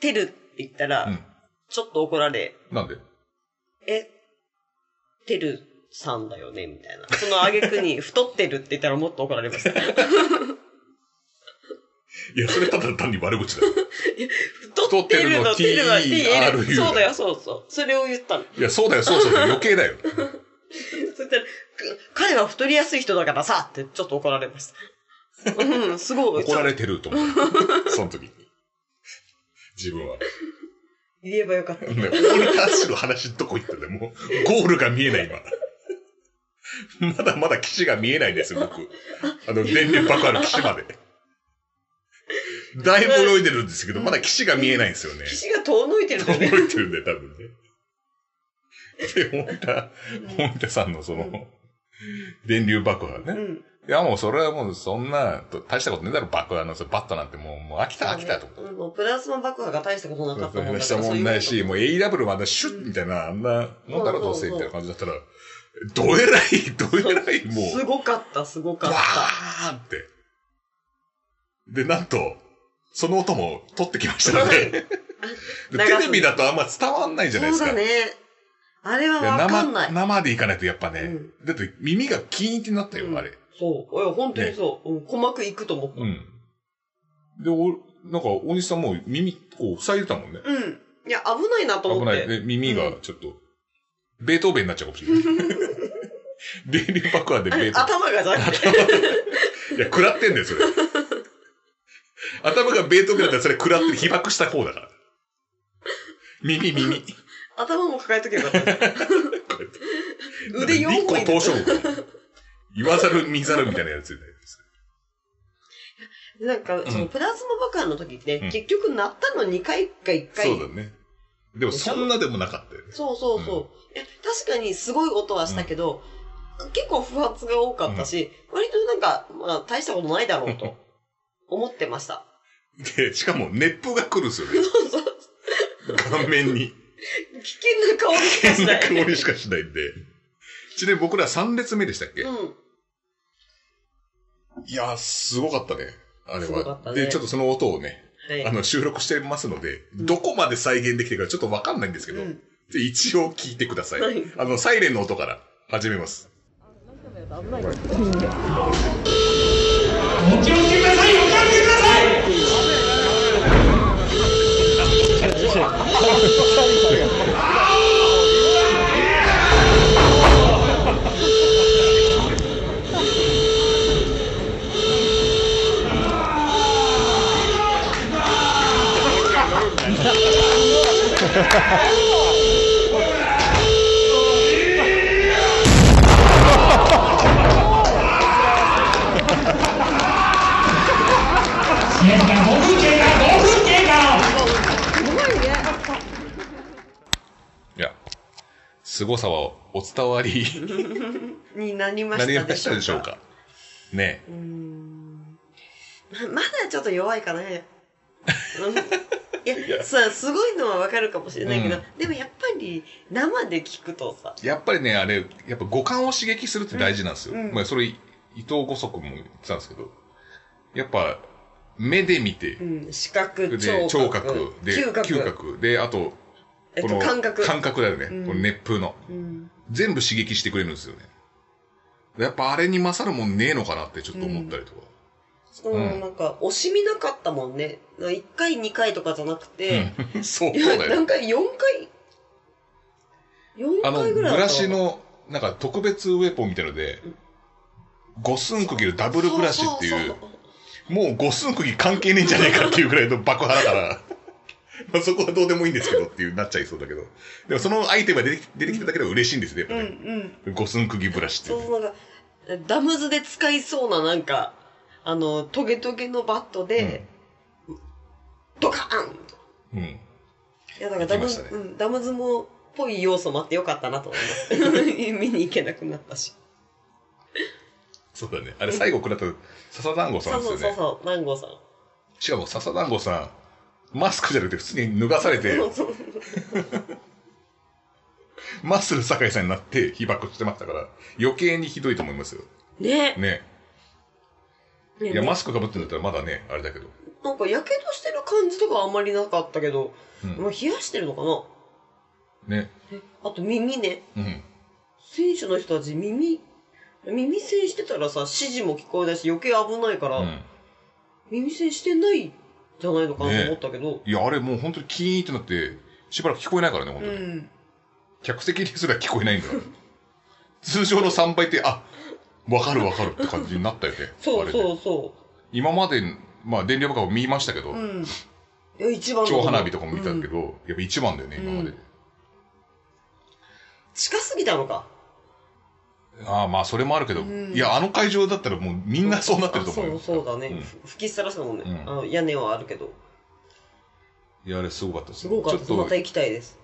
Speaker 2: テルって言った
Speaker 3: う
Speaker 2: ら
Speaker 3: ん、
Speaker 2: ちょっと怒られ、
Speaker 3: なんで
Speaker 2: え、てるさんだよねみたいな。その挙句 に、太ってるって言ったらもっと怒られました。
Speaker 3: いや、それただ単に悪口だよ。
Speaker 2: 太ってるの、てるは
Speaker 3: TRU
Speaker 2: TR。そうだよ、そうそう。それを言ったの。
Speaker 3: いや、そうだよ、そうそう、余計だ よ。
Speaker 2: そしたら、く彼は太りやすい人だからさってちょっと怒られました。うん、すごい。
Speaker 3: 怒られてると思う。 その時に。自分は。
Speaker 2: 言えばよかった。
Speaker 3: ね、オリタッシュの話どこ行ったんだよ。もう、ゴールが見えない、今。まだまだ岸が見えないですよ、僕。あの、電流爆破の岸ま で。だいぶ泳いでるんですけど、まだ岸が見えないんですよね。
Speaker 2: 岸が遠のいてるん だよね。
Speaker 3: 覚えてるんだよ、多分ね。で、本田、本田さんのその、電流爆破
Speaker 2: う
Speaker 3: ね。
Speaker 2: ん。
Speaker 3: いや、もうそれはもうそんな、大したことねえだろ、爆破の、それバットなんてもう、もう飽きた、飽きたと思って。
Speaker 2: うんもうプラズマ爆破が大したことなかったもんだから
Speaker 3: したもんないし、
Speaker 2: そううこ
Speaker 3: もう AEW まだシュッみたいな、あんな、飲んだらどうせみたいな感じだったら、どえらい、どえらい、
Speaker 2: と
Speaker 3: も
Speaker 2: す
Speaker 3: う、
Speaker 2: ごかった、すごか
Speaker 3: バ
Speaker 2: っ
Speaker 3: ーンって。で、なんと、その音も撮ってきました ので、で
Speaker 2: 流す
Speaker 3: テレビだとあんま伝わんないじゃないで
Speaker 2: た。そう
Speaker 3: すか
Speaker 2: だ。ね。あれはい
Speaker 3: や
Speaker 2: わかんな
Speaker 3: 生、
Speaker 2: い。
Speaker 3: 生でいかないとやっぱね、
Speaker 2: う
Speaker 3: だって耳がキーンってなったよ、
Speaker 2: うん
Speaker 3: あれ。
Speaker 2: そう。いや、本当にそう。うん、鼓膜いくと思った。
Speaker 3: う
Speaker 2: うん。
Speaker 3: ん。で、お、なんか、大西さんもう耳、こう、塞いでたもんね。
Speaker 2: いや、危ないなと
Speaker 3: 危
Speaker 2: 思っ
Speaker 3: ない。
Speaker 2: て。
Speaker 3: で、耳がちょっと、ベートーベンになっちゃうかもしれ ない。電流爆破で
Speaker 2: あ
Speaker 3: ベ
Speaker 2: れ
Speaker 3: ートー
Speaker 2: 頭がじゃなくて、
Speaker 3: ベン。いや、食らってんだよ、それ。頭がベートーベンだったらそれ食らってる被爆した方だ から。耳、耳。
Speaker 2: 頭も抱えとけばよかった。 腕4
Speaker 3: 日
Speaker 2: 本
Speaker 3: 光東照宮。言わざる見ざるみたいなやつになります。
Speaker 2: なんか、そのプラズマ爆破の時って、
Speaker 3: うん
Speaker 2: 結局鳴ったの2回か1回。
Speaker 3: そうだね。でもそんなでもなかったよね。
Speaker 2: そうそうそうえ確かにすごい音はしたけど、結構不発が多かったし、割となんか、まあ、大したことないだろう と思ってました。
Speaker 3: で、しかも熱風が来るんですよね。顔面に。
Speaker 2: 危険な香りしかし
Speaker 3: 変
Speaker 2: な。
Speaker 3: ない香りしかしないんで。ちなみに僕ら3列目でしたっけ、
Speaker 2: うん。
Speaker 3: いやー、すごかったね。あれ
Speaker 2: すごかっ
Speaker 3: は。
Speaker 2: たね
Speaker 3: で、ちょっとその音をね、
Speaker 2: はい
Speaker 3: あの、収録してますので、どこまで再現できてるかちょっとわかんないんですけど、
Speaker 2: うん
Speaker 3: で一応聞いてください。
Speaker 2: はい
Speaker 3: あの、サイレンの音から始めます。
Speaker 4: お気をつけくださいお気をつけください静か5分経過5分経過
Speaker 3: いや、凄さはお伝わ り
Speaker 2: になりま
Speaker 3: な
Speaker 2: し
Speaker 3: り
Speaker 2: た
Speaker 3: ま
Speaker 2: で
Speaker 3: し
Speaker 2: しょ
Speaker 3: た
Speaker 2: う
Speaker 3: で
Speaker 2: か
Speaker 3: しょうか。ね
Speaker 2: うーんままだちょっと弱いか ねうんいや
Speaker 3: いや
Speaker 2: さすごいのはわかるかもしれないけど、
Speaker 3: うん
Speaker 2: でもやっぱり生で聞くとさ
Speaker 3: やっぱりね、あれ、やっぱ五感を刺激するって大事なんですよ。
Speaker 2: うんうん
Speaker 3: まあ、それ、伊藤五足も言ってたんですけど、やっぱ、目で見て
Speaker 2: う、ん、視覚
Speaker 3: で、
Speaker 2: 聴覚
Speaker 3: 聴覚、で、
Speaker 2: 嗅覚
Speaker 3: 嗅覚、で、あと、
Speaker 2: えっと、感覚
Speaker 3: 感覚だよね。
Speaker 2: うん
Speaker 3: この熱風の。
Speaker 2: うん、
Speaker 3: 全部刺激してくれるんですよね。やっぱあれに勝るもんねえのかなってちょっと思ったりとか。
Speaker 2: そう
Speaker 3: うん
Speaker 2: なんか惜しみなかったもんね1回2回とかじゃなくて、
Speaker 3: うん そう
Speaker 2: いや
Speaker 3: だ
Speaker 2: な
Speaker 3: よ。
Speaker 2: んか4回4
Speaker 3: あの、
Speaker 2: 回ぐ
Speaker 3: ブ
Speaker 2: らいだ
Speaker 3: ラ
Speaker 2: った
Speaker 3: シの、なんか特別ウェポンみたいので、五寸釘のダブルブラシっていう
Speaker 2: そ、そそ
Speaker 3: もう五寸釘関係ねえんじゃねえかっていうぐらいの爆破だ から、まあそこはどうでもいいんですけどっていうなっちゃいそうだけど、でもそのアイテムが出てき出てきただけでも嬉しいんですね、やっぱ
Speaker 2: ううんう
Speaker 3: ね。
Speaker 2: ん
Speaker 3: 五寸釘ブラシってい
Speaker 2: そ
Speaker 3: う。
Speaker 2: うそうなんかダムズで使いそうななんかあのトゲトゲのバットで、ドカ
Speaker 3: う
Speaker 2: ーン
Speaker 3: ん。うん
Speaker 2: いやだからダ
Speaker 3: 行きま
Speaker 2: ムズ、
Speaker 3: したね
Speaker 2: うん、ダムズもっぽい要素もあってよかったなと思います 見に行けなくなったし
Speaker 3: そうだね。あれ最後食らった笹団子さん
Speaker 2: そ
Speaker 3: で
Speaker 2: う
Speaker 3: す
Speaker 2: そ
Speaker 3: よね。
Speaker 2: うそうそう南郷さん
Speaker 3: しかも笹団子さんマスクじゃなくて普通に脱がされて
Speaker 2: そうそう
Speaker 3: マッスル酒井さんになって被爆してましたから余計にひどいと思いますよ
Speaker 2: ね
Speaker 3: ね
Speaker 2: ね
Speaker 3: いや
Speaker 2: ね
Speaker 3: マスクかぶってんだったらまだねあれだけど、
Speaker 2: なんかやけどしてる感じとかあんまりなかったけど、
Speaker 3: うん
Speaker 2: まあ、冷やしてるのかな
Speaker 3: ね
Speaker 2: えあと耳ね
Speaker 3: うん
Speaker 2: 選手の人たち耳耳栓してたらさ指示も聞こえないし余計危ないから、
Speaker 3: うん
Speaker 2: 耳栓してないじゃないのかなと
Speaker 3: ね
Speaker 2: 思ったけど、
Speaker 3: いやあれもう本当にキーンってなってしばらく聞こえないからね本
Speaker 2: う
Speaker 3: 当に、
Speaker 2: ん
Speaker 3: 客席にすら聞こえないんだから通常の3倍ってあわかるわかるって感じになったよね
Speaker 2: そう
Speaker 3: あれね
Speaker 2: そうそ
Speaker 3: 今までまあ電力も見ましたけど、
Speaker 2: ううんいや一番だと
Speaker 3: 超
Speaker 2: 思う
Speaker 3: 花火とかも見たけど、やっぱ一番だよね今までで、
Speaker 2: 近すぎたのか
Speaker 3: ああ、まあ、それもあるけど、
Speaker 2: うん
Speaker 3: いや、あの会場だったらもうみんなそうなってると思うよ。
Speaker 2: あそうそうだね、
Speaker 3: ん
Speaker 2: ふ吹きさらしたもんね、
Speaker 3: うん
Speaker 2: あの屋根はあるけど
Speaker 3: いや、あれすごかったです
Speaker 2: す
Speaker 3: ね
Speaker 2: ごかったで
Speaker 3: ち
Speaker 2: す
Speaker 3: ょ
Speaker 2: ま
Speaker 3: ったと、
Speaker 2: 行きたいです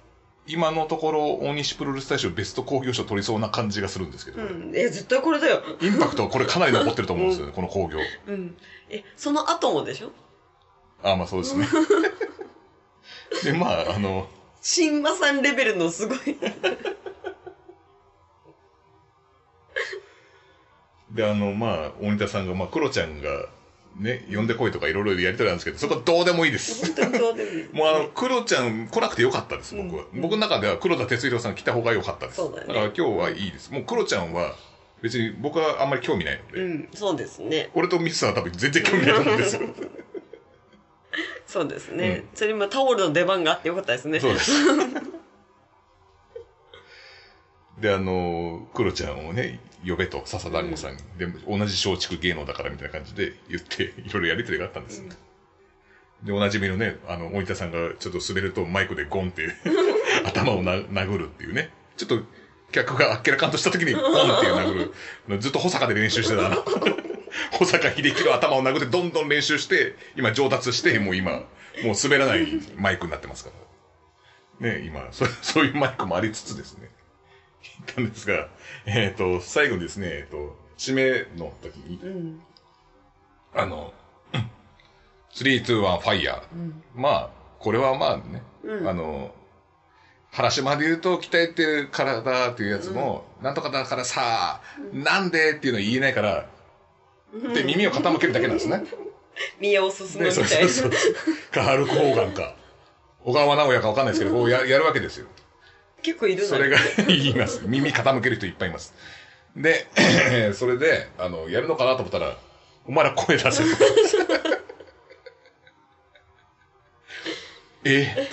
Speaker 3: 今のところ、大西プロレス大賞ベスト興行賞取りそうな感じがするんですけど、
Speaker 2: うんえ絶対これだよ
Speaker 3: インパクトはこれかなり残ってると思うんですよね、この興行。
Speaker 2: うんえその後もでしょ
Speaker 3: ああ、まあそう ですね。で、まあ、あの、
Speaker 2: 新馬さんレベルのすごい
Speaker 3: で、あの、まあ、大仁田さんが、まあ、クロちゃんが、ね、呼んでこいとかいろいろやりとりなんですけど、そこはどうでもいい です。
Speaker 2: 本当にどうでもいい
Speaker 3: もうあの、クロちゃん来なくてよかったです、僕は。
Speaker 2: うん
Speaker 3: 僕の中では黒田哲弘さん来た方がよかったです。
Speaker 2: そうだよね
Speaker 3: から今日はいいです。もうクロちゃんは別に僕はあんまり興味ないので、
Speaker 2: うんそうですね
Speaker 3: 俺とミスさんは多分全然興味ないと思うんですよ。
Speaker 2: そうですね、それもタオルの出番があってよかったですね
Speaker 3: そうです。で、あの、クロちゃんをね、呼べと、笹団子さんに。で、同じ松竹芸能だからみたいな感じで言って、いろいろやりとりがあったんです。で、おなじみのね、あの、大田さんがちょっと滑るとマイクでゴンって 頭をな殴るっていうね。ちょっと客があっけらかんとした時にゴンっていう殴る。あのずっと保坂で練習してたあの 保坂秀樹の頭を殴ってどんどん練習して、今上達して、もう今、もう滑らないマイクになってますから。ね、今、 そそういうマイクもありつつですね。行ったんですが、えっ、と、最後にですね、えっ、と、締めの時に、
Speaker 2: うん
Speaker 3: あの、3、2、1、ファイヤー。
Speaker 2: うん
Speaker 3: まあ、これはまあね、
Speaker 2: うん
Speaker 3: あの、原島で言うと、鍛えてるからだっていうやつも、なんとかだから さ、なんでっていうの言えないから、で、耳を傾けるだけなんですね。
Speaker 2: 宮尾進むみたい
Speaker 3: そう
Speaker 2: な。
Speaker 3: そう そう。か、ハルク・ホーガンか。小川直也かわかんないですけど、こうややるわけですよ。
Speaker 2: 結構いるの
Speaker 3: それが 言います。耳傾ける人いっぱいいます。で、 それで、あの、やるのかなと思ったら、お前ら声出せと。 え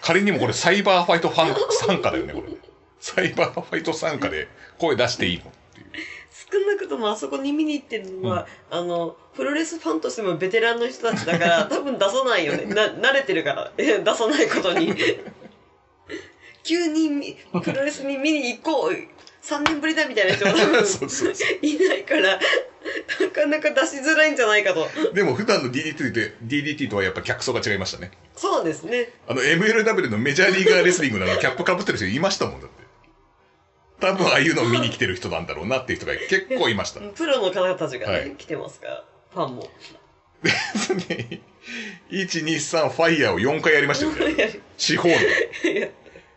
Speaker 3: 仮にもこれサイバーファイトファン参加だよね、これ。サイバーファイト参加で声出していいのっていう。
Speaker 2: 少なくともあそこに見に行ってるのは、あの、プロレスファンとしてもベテランの人たち だから、多分出さないよね。な、慣れてるから、え出さないこと に。急にみプロレスに見に行こう。3年ぶりだみたいな人は多分
Speaker 3: そうそうそ
Speaker 2: いないから、なかなか出しづらいんじゃないかと。
Speaker 3: う。でも普段の DDT で、DDT とはやっぱ客層が違いましたね。
Speaker 2: そうですね。
Speaker 3: あの、MLW のメジャーリーガーレスリングのあのキャップ被ってる人いましたもんだって。多分ああいうのを見に来てる人なんだろうなっていう人が結構いました。
Speaker 2: プロの方たちがね、
Speaker 3: はい
Speaker 2: 来てますから、ファンも。
Speaker 3: 1、2、3、ファイヤーを4回やりましたよね。四方で。
Speaker 2: いや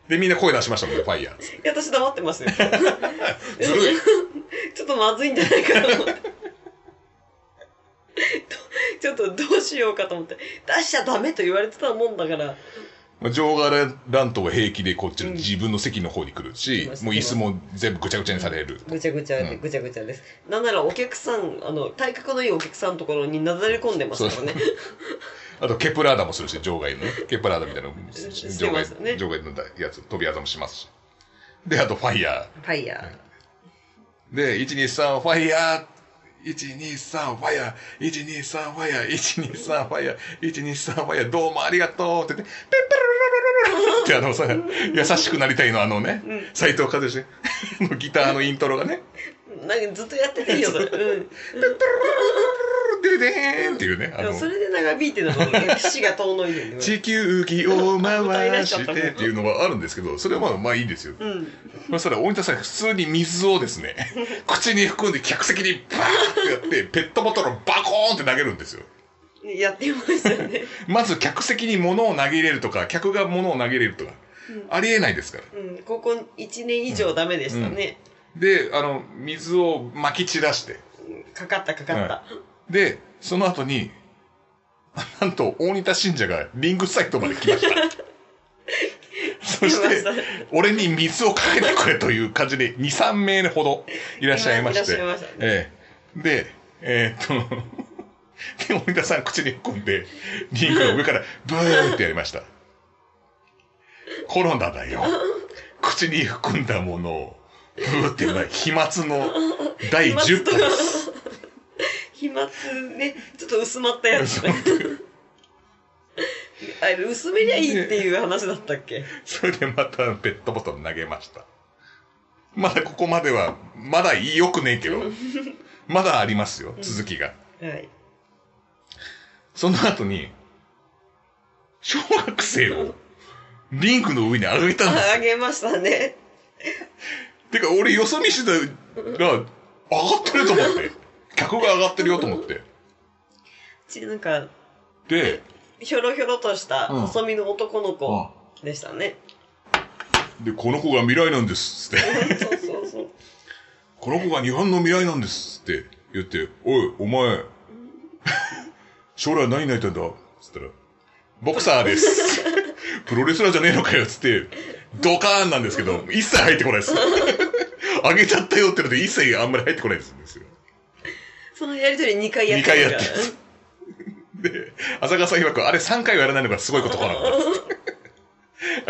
Speaker 3: で、みんな声出しましたもんね、ファイヤー。ず
Speaker 2: 私黙ってますよ。
Speaker 3: るい。
Speaker 2: ちょっとまずいんじゃないかなと思って。どちょっとどうしようかと思って、出しちゃダメと言われてたもんだから、
Speaker 3: まあ、ジョーガラントは平気でこっちの自分の席の方に来るし、
Speaker 2: うん
Speaker 3: もう椅子も全部ぐちゃぐちゃにされる。
Speaker 2: ぐちゃぐちゃで、
Speaker 3: うん
Speaker 2: ぐちゃぐちゃです。なんならお客さん、あの、体格のいいお客さんのところになだれ込んでますからね。
Speaker 3: あと、ケプラーダもするし、場外のね。ケプラーダみたいなのもするし、
Speaker 2: して
Speaker 3: 場
Speaker 2: ま
Speaker 3: 外、
Speaker 2: すね
Speaker 3: 場外のやつ、飛び技もしますし。で、あと、ファイヤー。
Speaker 2: ファイヤ
Speaker 3: で、123ファイヤー、123ファイヤー、123ファイヤー、123ファイヤー、123ファイヤー、どうもありがとうって言って、ペッペルルルルルルルってあのさ、優しくなりたいのあのね、斎藤和義のギターのイントロがね、
Speaker 2: ー。なんかずっとやってていいよ、それ。うん。
Speaker 3: でででーんっていうね、あ
Speaker 2: でもそ
Speaker 3: の、
Speaker 2: れで長引いてるのも、死が遠のいるんで。
Speaker 3: 地球儀を回してっていうのはあるんですけど、それはまあまあいいんですよ。
Speaker 2: うん。
Speaker 3: まあそれは大仁田さん普通に水をですね、口に含んで客席にバーってやって、ペットボトルをバコーンって投げるんですよ。
Speaker 2: やってましたよね。
Speaker 3: まず客席に物を投げ入れるとか、客が物を投げ入れるとか、ありえないですから。
Speaker 2: うん。ここ1年以上ダメでしたね。
Speaker 3: で、あの、水を撒き散らして、
Speaker 2: かかった、かかった。
Speaker 3: で、その後に、 なんと、大仁田信者がリングサイトまで来ま した。そし
Speaker 2: 来ま
Speaker 3: て
Speaker 2: した、
Speaker 3: 俺に水をかけてくれという感じで、2、3名ほどいらっしゃいまして。
Speaker 2: いらっしゃいましたね
Speaker 3: ええで、えーっと、 で、大仁田さん口に込んで、リングの上からブーンってやりました。コロナだよ。口に含んだものを、ブーっていうのは飛沫の第10歩 です。
Speaker 2: 飛沫ね、ちょっと薄まったやつ。あれ、薄めりゃいいっていう話だったっけ
Speaker 3: それでまたペットボトル投げました。まだここまでは、まだいいよくねえけど、まだありますよ、続きが。
Speaker 2: はい。
Speaker 3: その後に、小学生をリンクの上に上げたんです
Speaker 2: あげましたね。
Speaker 3: てか、俺、よそ見してたら、上がってると思って。客が上がってるよと思って。
Speaker 2: ち、なんか、
Speaker 3: で、
Speaker 2: ひょろひょろとした
Speaker 3: うん
Speaker 2: 細身の男の子でしたね。
Speaker 3: で、この子が未来なんです、つって。
Speaker 2: そうそうそう。
Speaker 3: この子が日本の未来なんですって言って、おい、お前、 将来何になりたいんだつったら、ボクサーです。 プロレスラーじゃねえのかよつって、ドカーンなんですけど、一切入ってこないです。 あげちゃったよってので一切あんまり入ってこないんですよ。
Speaker 2: そのやりとり2回やっ
Speaker 3: 2
Speaker 2: て
Speaker 3: 回や
Speaker 2: る
Speaker 3: っ
Speaker 2: か
Speaker 3: て
Speaker 2: ら。
Speaker 3: で、浅川さん曰く、あれ3回はやらないのがすごいことかな。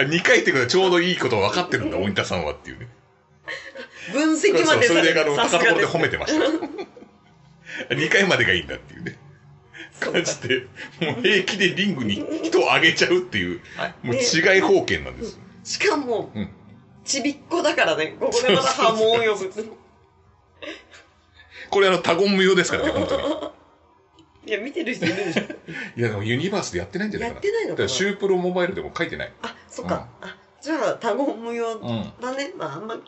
Speaker 3: 2回ってことはちょうどいいことを分かってるんだ、大仁田さんはっていうね。
Speaker 2: 分析ま
Speaker 3: そ
Speaker 2: で
Speaker 3: うそうそれであの、
Speaker 2: さす
Speaker 3: 高
Speaker 2: が
Speaker 3: 所
Speaker 2: で
Speaker 3: です褒めてま した。2回までがいいんだっていうね。感じで、もう平気でリングに人をあげちゃうっていう、もう違い方権なんです。
Speaker 2: しかも、
Speaker 3: うん
Speaker 2: ちびっこだからね、ここでまた波紋を呼ぶ。
Speaker 3: これあの、他言無用ですから ね、本当に。
Speaker 2: いや、見てる人いる でしょ。
Speaker 3: いや、でもユニバースでやってないんじゃないかな。
Speaker 2: やってないのかな
Speaker 3: だらシュープロモバイルでも書いてない。
Speaker 2: あ、そっか。あ、じゃあ、他言無用
Speaker 3: ん
Speaker 2: だね。まあ、あんま、
Speaker 3: ま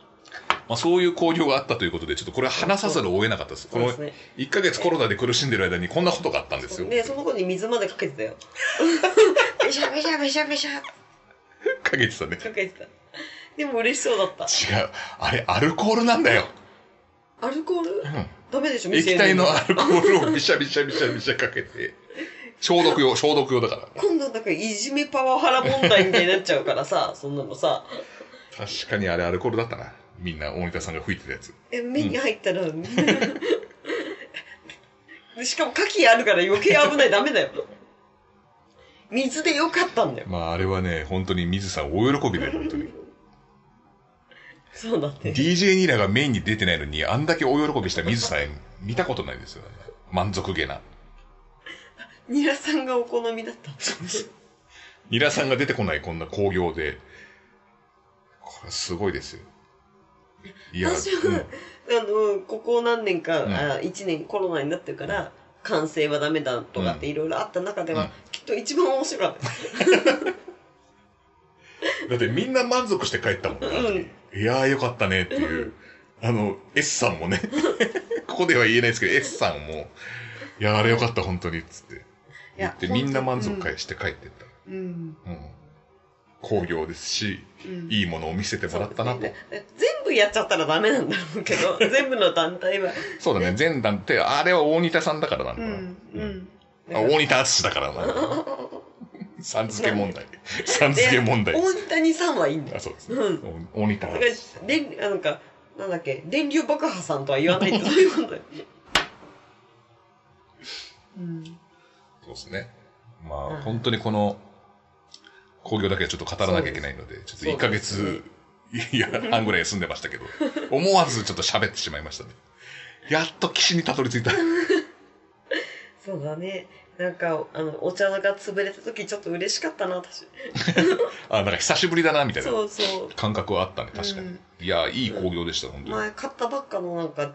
Speaker 3: あ、そういう交流があったということで、ちょっとこれは話さざるを得なかったです。こ
Speaker 2: そう
Speaker 3: の
Speaker 2: ですね
Speaker 3: 1ヶ月コロナで苦しんでる間にこんなことがあったんですよ。
Speaker 2: ね、その子に水までかけてたよ。べしゃべしゃべしゃべしゃ。
Speaker 3: かけてたね。
Speaker 2: かけてた。でも嬉しそうだった。
Speaker 3: 違う。あれ、アルコールなんだよ。
Speaker 2: アルコール
Speaker 3: うん
Speaker 2: ダメでしょ、未成
Speaker 3: 液
Speaker 2: 年
Speaker 3: 体
Speaker 2: に
Speaker 3: のアルコールをびしゃびしゃびしゃびしゃかけて、消毒用、消毒用だから。
Speaker 2: 今度なんかいじめパワハラ問題みたいになっちゃうからさ、そんなのさ、
Speaker 3: 確かにあれアルコールだったな。みんな大仁田さんが吹いてたやつ。
Speaker 2: え、目に入ったら、しかも牡蠣あるから余計危ない、ダメだよ。水でよかったんだよ。
Speaker 3: まああれはね、本当に水さん大喜びだよ、本当に。
Speaker 2: そうだね。
Speaker 3: DJ ニーラがメインに出てないのに、あんだけ大喜びした水さん見たことないですよね。満足げな。
Speaker 2: ニラさんがお好みだった。
Speaker 3: ニラさんが出てこないこんな興行で。これすごいですよ。いや、
Speaker 2: 私は、あの、ここ何年か、
Speaker 3: うん
Speaker 2: あ1年コロナになってるから、感染はダメだとかっていろいろあった中では、
Speaker 3: うん
Speaker 2: きっと一番面白かった。
Speaker 3: だってみんな満足して帰ったもんね。いやーよかったねっていう。あの、S さんもね、 ここでは言えないですけど、S さんも、いやーあれよかった本当にっつって。言ってみんな満足
Speaker 2: いや。
Speaker 3: して帰ってった。
Speaker 2: うん。
Speaker 3: うん。興行ですし、
Speaker 2: うん
Speaker 3: いいものを見せてもらったなと。
Speaker 2: そうですね全部やっちゃったらダメなんだろう けど、全部の団体は。
Speaker 3: そうだね、前段って、あれは大仁田さんだからなのか
Speaker 2: う
Speaker 3: な。
Speaker 2: ん。うん。
Speaker 3: あ大仁田淳だからなのかな。さん付け問題。さん
Speaker 2: で
Speaker 3: 付け問題。
Speaker 2: 大谷さんはいいんだ
Speaker 3: あ、
Speaker 2: よ。
Speaker 3: そうですね。
Speaker 2: うん。
Speaker 3: 大仁田
Speaker 2: だから
Speaker 3: 淳。、
Speaker 2: でん、なんか、なんだっけ、電流爆破さんとは言わないって、そういうことだよ。うん。
Speaker 3: そうですね。まあ、
Speaker 2: うん
Speaker 3: 本当にこの、興行だけはちょっと語らなきゃいけないので、ちょっと1ヶ月、いや、半ぐらい休んでましたけど、思わずちょっと喋ってしまいましたね。やっと岸にたどり着いた。
Speaker 2: そうだね。なんか、あの、お茶が潰れた時ちょっと嬉しかったな、私。
Speaker 3: あ、なんか久しぶりだな、みたいな
Speaker 2: そうそう。
Speaker 3: 感覚はあったね、確かに。
Speaker 2: うん
Speaker 3: いや、いい興行でした、本当に。
Speaker 2: 前買ったばっかのなんか、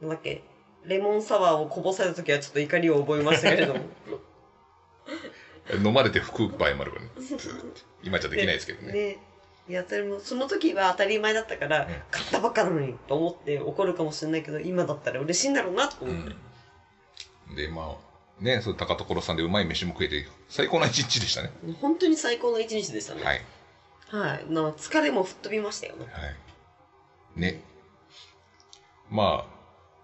Speaker 2: なんだっけ、レモンサワーをこぼされた時はちょっと怒りを覚えましたけれども。
Speaker 3: 飲まれて吹く場合もあるからね。ずーっと今じゃできないですけどね。
Speaker 2: ね。いや、それも、その時は当たり前だったから、買ったばっかなのにと思って怒るかもしれないけど、今だったら嬉しいんだろうなと
Speaker 3: う
Speaker 2: 思って。
Speaker 3: ん。で、まあ、ね、そう高所さんでうまい飯も食えて、最高な一日でしたね。
Speaker 2: 本当に最高の一日でしたね。。
Speaker 3: はいい。
Speaker 2: はい。な疲れも吹っ飛びましたよね。
Speaker 3: はい。ね。まあ、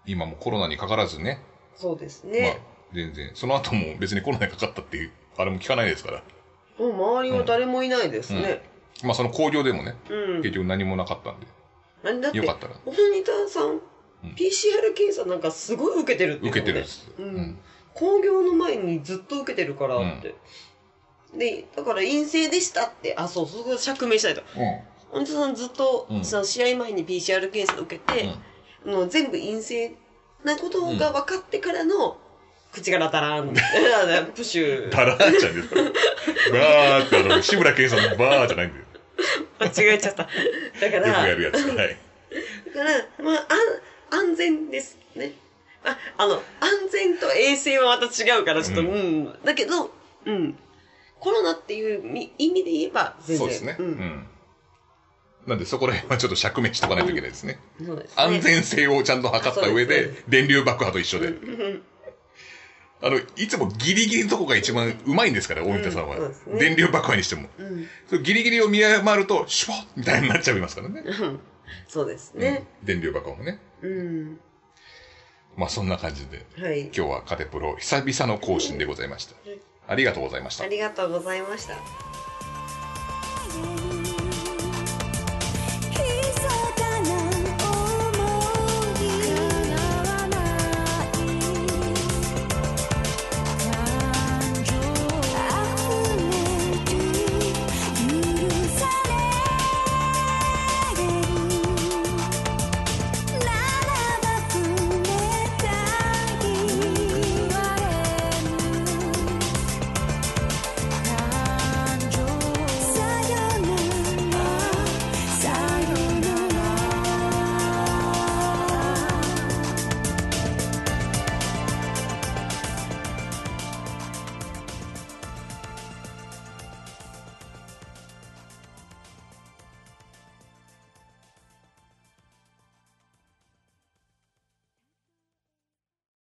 Speaker 3: 今もコロナにかからずね、
Speaker 2: そうです
Speaker 3: まあ
Speaker 2: ね。、
Speaker 3: 全然、その後も別にコロナにかかったっていう、あれも聞かないですから。
Speaker 2: もう周りは誰もいないですね。
Speaker 3: まあ、その興行でもね、
Speaker 2: うん。
Speaker 3: 結局何もなかったんで、
Speaker 2: 何だって
Speaker 3: よかったら、
Speaker 2: 小谷田さん、
Speaker 3: うん
Speaker 2: PCR 検査なんかすごい受けてるって
Speaker 3: 受
Speaker 2: 言っ
Speaker 3: け
Speaker 2: て
Speaker 3: てるん
Speaker 2: ね
Speaker 3: です。
Speaker 2: うん興行の前にずっと受けてるからって、でだから陰性でしたってあそうそこ釈明したいと
Speaker 3: う
Speaker 2: 小谷田さんずっと、
Speaker 3: うん
Speaker 2: その試合前に PCR 検査受けて、あの全部陰性なことが分かってからの、口からダ ラーンプッシ
Speaker 3: ん。
Speaker 2: ュ
Speaker 3: だらーちゃんです。バーって、あの、志村けんさんのバーじゃないんだよ。
Speaker 2: 間違えちゃっただか
Speaker 3: よく
Speaker 2: ら
Speaker 3: やるやつ。はい。
Speaker 2: だから、まあ、あん安全ですね。あ、あの、安全と衛生はまた違うから、ちょっと、
Speaker 3: う
Speaker 2: うんん、だけど、うん。コロナっていうみ意味で言えば、全然。
Speaker 3: そうですね。う
Speaker 2: うん。
Speaker 3: ん。なんで、そこら辺はちょっと釈明しとかないといけないですね。
Speaker 2: そうですね。
Speaker 3: 安全性をちゃんと測った上
Speaker 2: そう
Speaker 3: で
Speaker 2: で、
Speaker 3: 電流爆破と一緒で。
Speaker 2: うん。
Speaker 3: あの、いつもギリギリのとこが一番うまいんですから、大分さんは。
Speaker 2: そうですね
Speaker 3: 電流爆破にしても。
Speaker 2: うん。
Speaker 3: それギリギリを見誤ると、シュワッみたいになっちゃいますからね。
Speaker 2: うん。 そうですね。
Speaker 3: うん電流爆破もね。
Speaker 2: うん。
Speaker 3: まあそんな感じで、
Speaker 2: はい。
Speaker 3: 今日はカテプロ久々の更新でございました
Speaker 2: はい。
Speaker 3: ありがとうございました
Speaker 2: あ。りがとうございました。